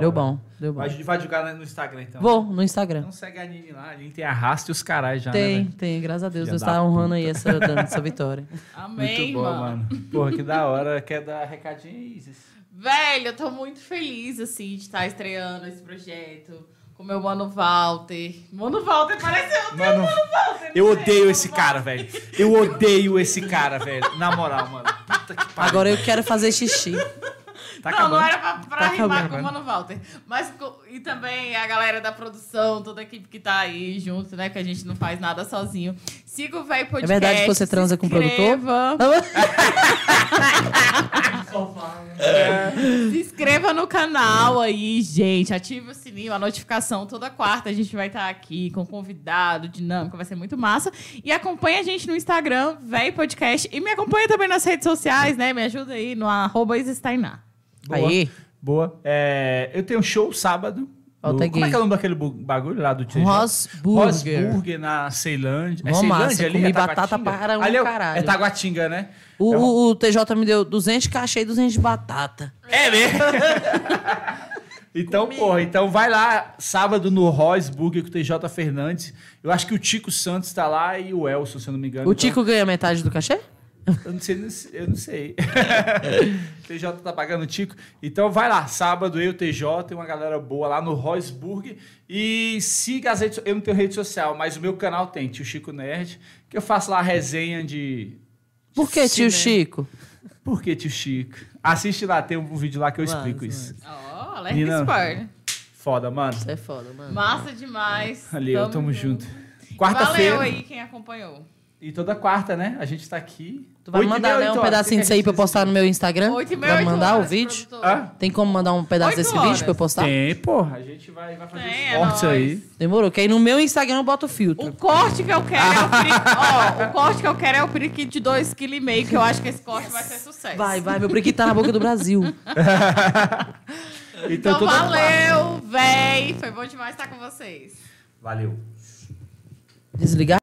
A: Deu bom, deu bom.
C: Vai, vai divulgar no Instagram, então.
A: Vou no Instagram.
C: Então segue a Nini lá. A Nini tem arrasta e os carais já, né,
A: Tem,
C: velho?
A: tem, graças a Deus.
C: Filha
A: Deus
C: da
A: tá honrando
C: puta.
A: aí essa, essa vitória.
B: Amém,
C: Muito bom,
B: mano.
C: mano. Porra, que da hora. Quer dar recadinho, Isis?
B: Velho, eu tô muito feliz, assim, de estar estreando esse projeto com meu mano Walter. Mano Walter, né? parece eu. Walter,
C: Mano,
B: não
C: eu
B: sei,
C: odeio
B: mano
C: esse
B: Walter.
C: cara, velho. Eu odeio esse cara, velho. Na moral, mano. Puta que pariu.
A: Agora eu quero fazer xixi.
C: Tá
B: não,
C: acabando.
B: não era pra, pra
C: Tá
B: rimar
C: acabando,
B: com o Mano Walter. Mas, co- e também a galera da produção, toda a equipe que tá aí junto, né? Que a gente não faz nada sozinho. Siga o Véi Podcast.
A: É verdade que você
B: se
A: transa com o produtor?
B: inscreva. Se inscreva no canal aí, gente. Ative o sininho, a notificação. Toda quarta a gente vai estar aqui com convidado, dinâmico, vai ser muito massa. E acompanha a gente no Instagram, Véi Podcast. E me acompanha também nas redes sociais, né? Me ajuda aí no arroba Isestainá.
C: Boa.
A: aí.
C: Boa. É, eu tenho um show sábado.
A: Falta
C: no- Como é
A: gay.
C: que é o nome daquele bu- bagulho lá do TJ?
A: Rosburger.
C: Rosburger, na Ceilândia.
A: Uma
C: Ceilândia
A: massa,
C: ali?
A: comi
C: É
A: batata
C: Taguatinga?
A: para um
C: Ali é o-
A: caralho.
C: É Taguatinga, né?
A: O, o- o TJ me deu 200 de cachê e 200 de batata.
C: É mesmo? então, porra, então vai lá sábado no Rosburger com o TJ Fernandes. Eu acho que o Tico Santos tá lá e o Elson, se eu não me engano.
A: O
C: Então,
A: Tico ganha metade do cachê?
C: Eu não sei, não sei- eu não sei. o TJ tá pagando o Tico. Então vai lá, sábado eu, TJ, tem uma galera boa lá no Rosburg. E siga as redes Eu não tenho rede social, mas o meu canal tem, Tio Chico Nerd, que eu faço lá resenha de.
A: Por que,
B: né?
A: tio Chico?
C: Por que tio Chico? Assiste lá, tem um vídeo lá que eu
A: Massa,
C: explico isso.
B: Ó, alerta
C: Nina.
B: spoiler.
C: Foda, mano.
A: Isso é foda, mano.
B: Massa demais.
C: Ali, eu tamo junto.
B: Valeu
C: Quarta-feira.
B: aí quem acompanhou.
C: E toda quarta, né? A gente tá aqui.
A: Tu vai
C: Oito e
A: mandar,
C: meia,
A: né,
C: oito
A: um
C: horas.
A: pedacinho disso aí pra eu postar no meu Instagram?
B: 8 e meia,
A: Vai
B: oito
A: mandar o
B: horas,
A: vídeo?
B: produtor.
C: Hã?
A: Tem como mandar um pedaço
B: Oito
A: desse
B: horas.
A: vídeo pra eu postar?
C: Tem, porra. A gente vai, vai fazer
B: Tem,
C: os
B: é
C: cortes
B: nóis.
C: aí.
A: Demorou, que aí no meu Instagram eu boto o filtro.
B: O corte que eu quero é o periquito. Ó, o corte que eu quero é o periquito de 2,5 kg, que eu acho que esse corte vai ser sucesso.
A: Vai, vai, meu prequito tá na boca do Brasil.
C: Então,
B: Então
C: toda
B: valeu, véi. Foi bom demais estar com vocês.
C: Valeu.
A: Desligar?